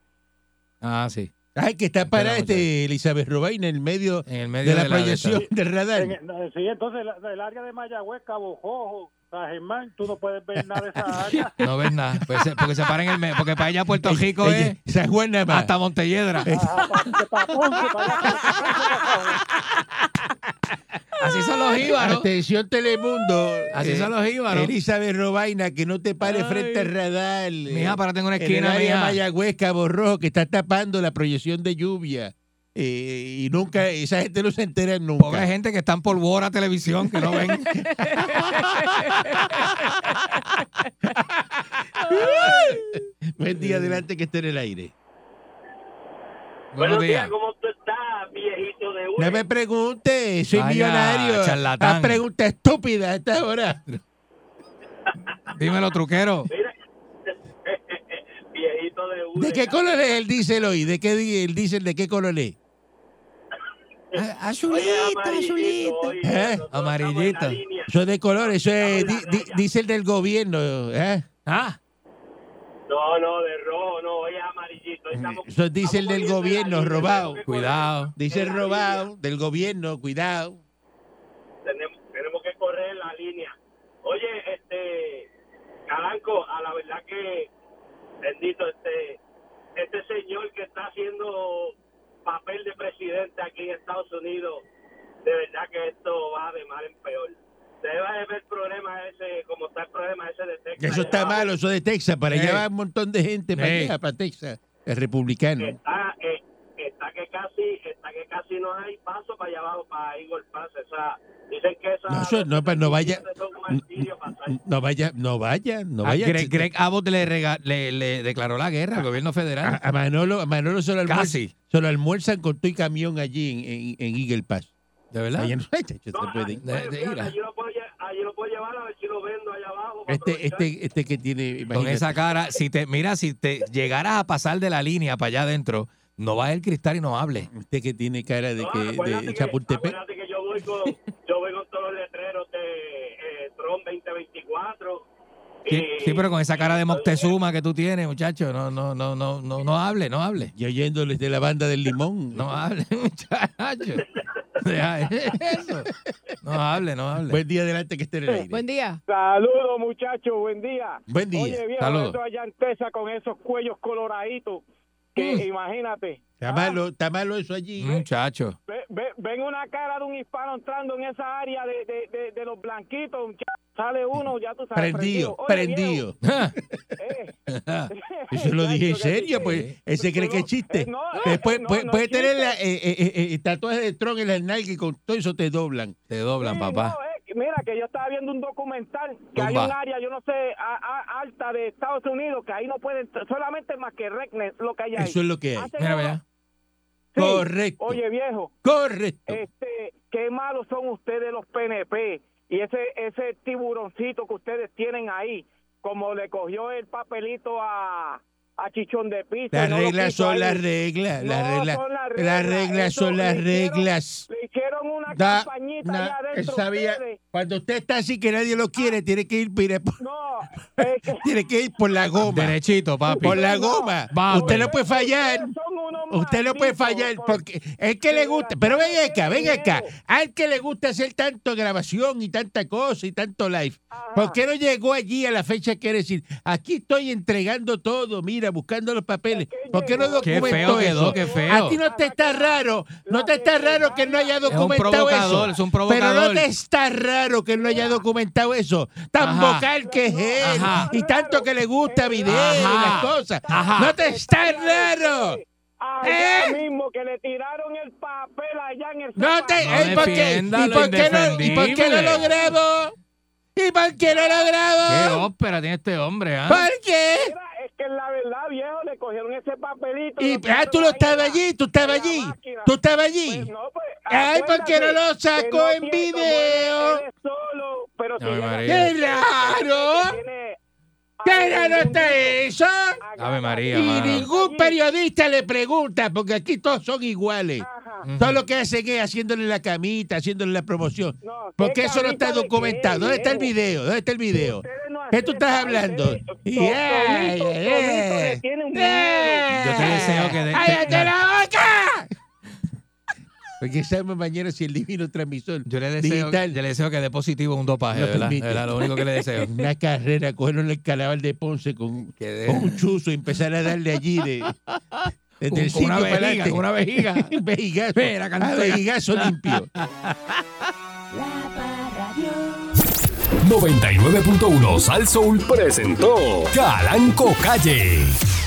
Speaker 4: Ah, sí.
Speaker 3: Ay, que está para
Speaker 4: Espera,
Speaker 3: este Elizabeth Robaina en el medio
Speaker 4: En el
Speaker 3: de
Speaker 4: medio
Speaker 3: la,
Speaker 4: de
Speaker 3: proyección
Speaker 4: esta.
Speaker 3: del radar.
Speaker 9: En el- no, sí, entonces la- el área de Mayagüez, Cabo Jojo, San Germán, tú no puedes ver nada de esa área.
Speaker 4: No ves nada. Pues se- porque se para en el medio. Porque para allá Puerto Rico
Speaker 3: Ella-
Speaker 4: es
Speaker 3: San Juan nada más.
Speaker 4: eh. hasta Montelledra.
Speaker 9: Ajá, pa- pa- Ponce, pa-
Speaker 4: Así son los íbaros.
Speaker 3: Atención Telemundo. Eh,
Speaker 4: Así son los íbaros.
Speaker 3: Elizabeth Robaina, que no te pares
Speaker 5: Ay.
Speaker 3: frente al radar. eh,
Speaker 4: Mija, párate en una
Speaker 3: en el
Speaker 4: esquina,
Speaker 3: área
Speaker 4: mija.
Speaker 3: Mayagüez, Cabo Rojo, que está tapando la proyección de lluvia. Eh, y nunca, esa gente no se entera nunca.
Speaker 4: Pobre gente que están por Wora Televisión, que no ven.
Speaker 3: Buen día adelante que esté en el aire.
Speaker 4: Buenos días.
Speaker 8: ¿cómo tú estás, viejito de
Speaker 3: No me preguntes, soy
Speaker 4: Vaya,
Speaker 3: millonario.
Speaker 4: charlatán.
Speaker 3: Haz preguntas estúpidas a esta hora.
Speaker 4: Dímelo, truquero.
Speaker 8: viejito
Speaker 3: ¿De qué color es el diésel hoy? ¿De qué di- el diésel de qué color es?
Speaker 7: A- Azulito, azulito.
Speaker 4: ¿Eh? Amarillito.
Speaker 3: Eso es de color, eso es
Speaker 8: Estamos en la
Speaker 3: di- di-
Speaker 8: raya.
Speaker 3: dice el del gobierno. ¿eh?
Speaker 4: Ah,
Speaker 8: No, no, de rojo, no, hoy es amarillito. hoy estamos-
Speaker 3: Eso es Eh, dice el del
Speaker 8: estamos poniendo la
Speaker 3: gobierno,
Speaker 8: línea,
Speaker 3: robado.
Speaker 8: tenemos que
Speaker 4: cuidado.
Speaker 3: Dice el robado, del gobierno, cuidado.
Speaker 8: correr- Tenemos, tenemos que correr la línea. Oye, este, Calanco, a la verdad que, bendito, este, este señor que está haciendo papel de presidente aquí en Estados Unidos, de verdad que esto va de mal en peor. Debe de ver el problema ese, como está el problema ese de Texas.
Speaker 3: Que eso está
Speaker 8: Debe-
Speaker 3: malo, eso de Texas. Para
Speaker 4: Eh.
Speaker 3: allá va un montón de gente, para
Speaker 4: Eh.
Speaker 3: allá, para Texas. Es republicano.
Speaker 8: está, eh, está que casi está que casi no hay paso para allá abajo para ir golparse o sea dicen que esa
Speaker 3: No, eso no, pa- no vaya-
Speaker 8: son un martirio pasar.
Speaker 3: No vaya, no vaya, no
Speaker 4: Ah,
Speaker 3: vaya.
Speaker 4: Greg, Greg Abbott le, rega- le- le declaró la guerra al gobierno federal.
Speaker 3: A, a Manolo, a Manolo se lo almuerzan,
Speaker 4: Casi.
Speaker 3: se lo almuerzan con tu y camión allí en, en, en Eagle Pass.
Speaker 4: ¿De verdad?
Speaker 3: Allá no, chacho, se
Speaker 8: No,
Speaker 3: puede.
Speaker 8: bueno,
Speaker 4: De- de
Speaker 8: pues, fíjate,
Speaker 4: ira.
Speaker 8: allí lo puedo lle- allí lo puedo llevar a ver si lo vendo allá abajo para
Speaker 3: Este,
Speaker 8: aprovechar.
Speaker 3: este, este que tiene,
Speaker 4: Con
Speaker 3: imagínate.
Speaker 4: esa cara, si te, mira, si te llegaras a pasar de la línea para allá adentro, no va el cristal y no hable.
Speaker 3: Este que tiene cara de
Speaker 8: No,
Speaker 3: que
Speaker 8: acuérdate
Speaker 3: de
Speaker 8: que-
Speaker 3: Chapultepec.
Speaker 8: acuérdate que yo voy con yo voy con todos los letreros de eh, Trump 2024
Speaker 4: Sí,
Speaker 8: y-
Speaker 4: sí, pero con esa cara de Moctezuma que tú tienes, muchacho, no, no, no, no, no, no hable, no hable.
Speaker 3: Y oyéndoles de la banda del limón.
Speaker 4: No hable, muchacho. Deja eso. No hable, no hable.
Speaker 3: Buen día adelante que esté en el aire.
Speaker 5: Buen día.
Speaker 9: Saludos, muchachos, buen día.
Speaker 3: Buen día.
Speaker 9: Oye, viejo,
Speaker 4: Saludos.
Speaker 9: eso allá en Texas con esos cuellos coloraditos, que imagínate.
Speaker 3: Está
Speaker 8: Ah.
Speaker 3: malo, está malo eso allí.
Speaker 4: Mm. Muchacho.
Speaker 9: Ve- ve- ven una cara de un hispano entrando en esa área de, de, de, de los blanquitos, muchacho. Sale uno, ya tú sabes.
Speaker 3: Prendido,
Speaker 9: Oye, viejo,
Speaker 3: prendido.
Speaker 9: eh,
Speaker 4: Ah.
Speaker 3: Eso lo dije en
Speaker 9: Chacho, que
Speaker 3: serio,
Speaker 9: sí.
Speaker 3: pues. Ese cree que es chiste.
Speaker 9: Eh, no,
Speaker 3: Pues
Speaker 9: eh,
Speaker 3: puede,
Speaker 9: no,
Speaker 3: puede-
Speaker 9: no
Speaker 3: puede
Speaker 9: es
Speaker 3: tener
Speaker 9: chiste.
Speaker 3: la, eh, eh, eh, eh, tatuaje de Tron en la nalga y con todo eso te doblan.
Speaker 4: Te doblan,
Speaker 9: Sí,
Speaker 4: papá.
Speaker 9: no, eh, mira, que yo estaba viendo un documental que hay
Speaker 4: Zumba.
Speaker 9: un área, yo no sé, a- a- alta de Estados Unidos, que ahí no pueden, solamente más que Regnes lo que hay ahí.
Speaker 3: Eso es lo que hay.
Speaker 9: Hacen
Speaker 4: Mira,
Speaker 9: una-
Speaker 4: mira.
Speaker 9: Sí.
Speaker 3: Correcto.
Speaker 9: Oye, viejo,
Speaker 3: Correcto.
Speaker 9: este, qué malos son ustedes los PNP y ese ese tiburoncito que ustedes tienen ahí, como le cogió el papelito a, a Chichón de Piso.
Speaker 3: Las
Speaker 9: y no lo
Speaker 3: reglas
Speaker 9: quiso
Speaker 3: son
Speaker 9: ahí.
Speaker 3: las reglas. Las
Speaker 9: No,
Speaker 3: reglas,
Speaker 9: son las
Speaker 3: las
Speaker 9: reglas.
Speaker 3: reglas
Speaker 9: Eso
Speaker 3: son
Speaker 9: le
Speaker 3: las
Speaker 9: hicieron-
Speaker 3: reglas.
Speaker 9: Le hicieron una
Speaker 3: Da-
Speaker 9: campañita
Speaker 3: na-
Speaker 9: allá adentro
Speaker 3: sabía-
Speaker 9: ustedes.
Speaker 3: cuando usted está así que nadie lo quiere, tiene que ir, mire, por-
Speaker 9: No, es que-
Speaker 3: tiene que ir por la goma.
Speaker 4: Derechito, papi.
Speaker 3: Por la goma.
Speaker 4: Vamos.
Speaker 3: Usted no puede fallar.
Speaker 9: Son unos
Speaker 3: Usted no puede
Speaker 9: malditos,
Speaker 3: fallar
Speaker 9: por-
Speaker 3: porque es que le gusta. Pero venga acá, venga acá. Al que le gusta hacer tanto grabación y tanta cosa y tanto live.
Speaker 9: Ajá.
Speaker 3: ¿Por qué no llegó allí a la fecha que decir? Aquí estoy entregando todo, mira, buscando los papeles. ¿Por qué no
Speaker 4: Qué
Speaker 3: documentó eso?
Speaker 4: feo quedó, qué feo.
Speaker 3: A ti no te está raro, no te está raro que no haya
Speaker 4: Es un
Speaker 3: documentado
Speaker 4: provocador,
Speaker 3: eso.
Speaker 4: es un
Speaker 3: Pero no
Speaker 4: provocador.
Speaker 3: te está raro que no haya documentado eso. Tan
Speaker 4: Ajá.
Speaker 3: vocal que es él
Speaker 4: Ajá.
Speaker 3: y tanto que le gusta video
Speaker 4: Ajá.
Speaker 3: y las cosas.
Speaker 4: Ajá.
Speaker 3: No te está raro.
Speaker 9: Allá
Speaker 3: ¿Eh?
Speaker 9: mismo que le tiraron el papel allá en el
Speaker 3: No este, eh, te,
Speaker 4: No
Speaker 3: ¿y, por qué,
Speaker 4: defienda
Speaker 3: ¿y,
Speaker 4: lo
Speaker 3: por qué no, ¿Y por qué no lo
Speaker 4: indefendible.
Speaker 3: grabo? ¿Y por qué no lo
Speaker 4: Qué
Speaker 3: grabo?
Speaker 4: ópera tiene este hombre, ¿ah?
Speaker 3: ¿Por qué?
Speaker 9: Mira, es que la verdad, viejo, le cogieron ese papelito.
Speaker 3: Y, ah, tú
Speaker 9: lo pusieron
Speaker 3: no
Speaker 9: ahí en la-
Speaker 3: estabas allí, tú estabas
Speaker 9: en la
Speaker 3: allí,
Speaker 9: máquina.
Speaker 3: tú estabas allí.
Speaker 9: Pues no, pues,
Speaker 3: Ay, ¿por qué no
Speaker 9: acuérdate
Speaker 3: lo
Speaker 9: que
Speaker 3: sacó
Speaker 9: no
Speaker 3: en
Speaker 9: tiene como
Speaker 3: video?
Speaker 9: él es solo, pero si
Speaker 4: Ave
Speaker 9: llega-
Speaker 4: María.
Speaker 3: ¡Qué raro!
Speaker 9: tiene-
Speaker 3: ¡Qué este? raro está eso!
Speaker 4: Ave María,
Speaker 3: Y
Speaker 4: mano.
Speaker 3: ningún periodista le pregunta, porque aquí todos son iguales.
Speaker 9: Ajá.
Speaker 4: Ujú.
Speaker 3: Todo lo que hacen es haciéndole la camita, haciéndole la promoción.
Speaker 9: No, ¿qué
Speaker 3: Porque eso no está
Speaker 9: camisa de qué,
Speaker 3: documentado. ¿Dónde está el
Speaker 9: viejo?
Speaker 3: video? ¿Dónde está el video?
Speaker 9: Ustedes no
Speaker 3: ¿Qué tú estás
Speaker 9: aceptan,
Speaker 3: hablando?
Speaker 9: ustedes-
Speaker 3: Y-
Speaker 9: Tonito,
Speaker 3: ay,
Speaker 9: Tonito
Speaker 3: ay,
Speaker 9: le
Speaker 3: ay.
Speaker 9: tiene un
Speaker 3: ¡Eh!
Speaker 4: Yo te deseo que de-
Speaker 3: ¡Cállate la boca! Porque sabemos mañana si el divino transmisor
Speaker 4: Yo le deseo,
Speaker 3: Digital.
Speaker 4: yo le deseo que dé positivo un dopaje,
Speaker 3: No
Speaker 4: de ¿verdad? De
Speaker 3: permite.
Speaker 4: verdad, Lo único que le deseo.
Speaker 3: en una carrera, cogerlo en el calabar de Ponce con,
Speaker 4: Que de-
Speaker 3: con un chuzo y empezar a darle allí de, desde el
Speaker 4: con
Speaker 3: sitio
Speaker 4: una
Speaker 3: para
Speaker 4: vejiga,
Speaker 3: adelante.
Speaker 4: con una vejiga.
Speaker 3: Un vejigazo.
Speaker 4: Mira,
Speaker 3: Ah,
Speaker 4: cantera.
Speaker 3: vejigazo limpio.
Speaker 2: La Parra Dios.
Speaker 1: 99.1 Sal Soul presentó Calanco Calle.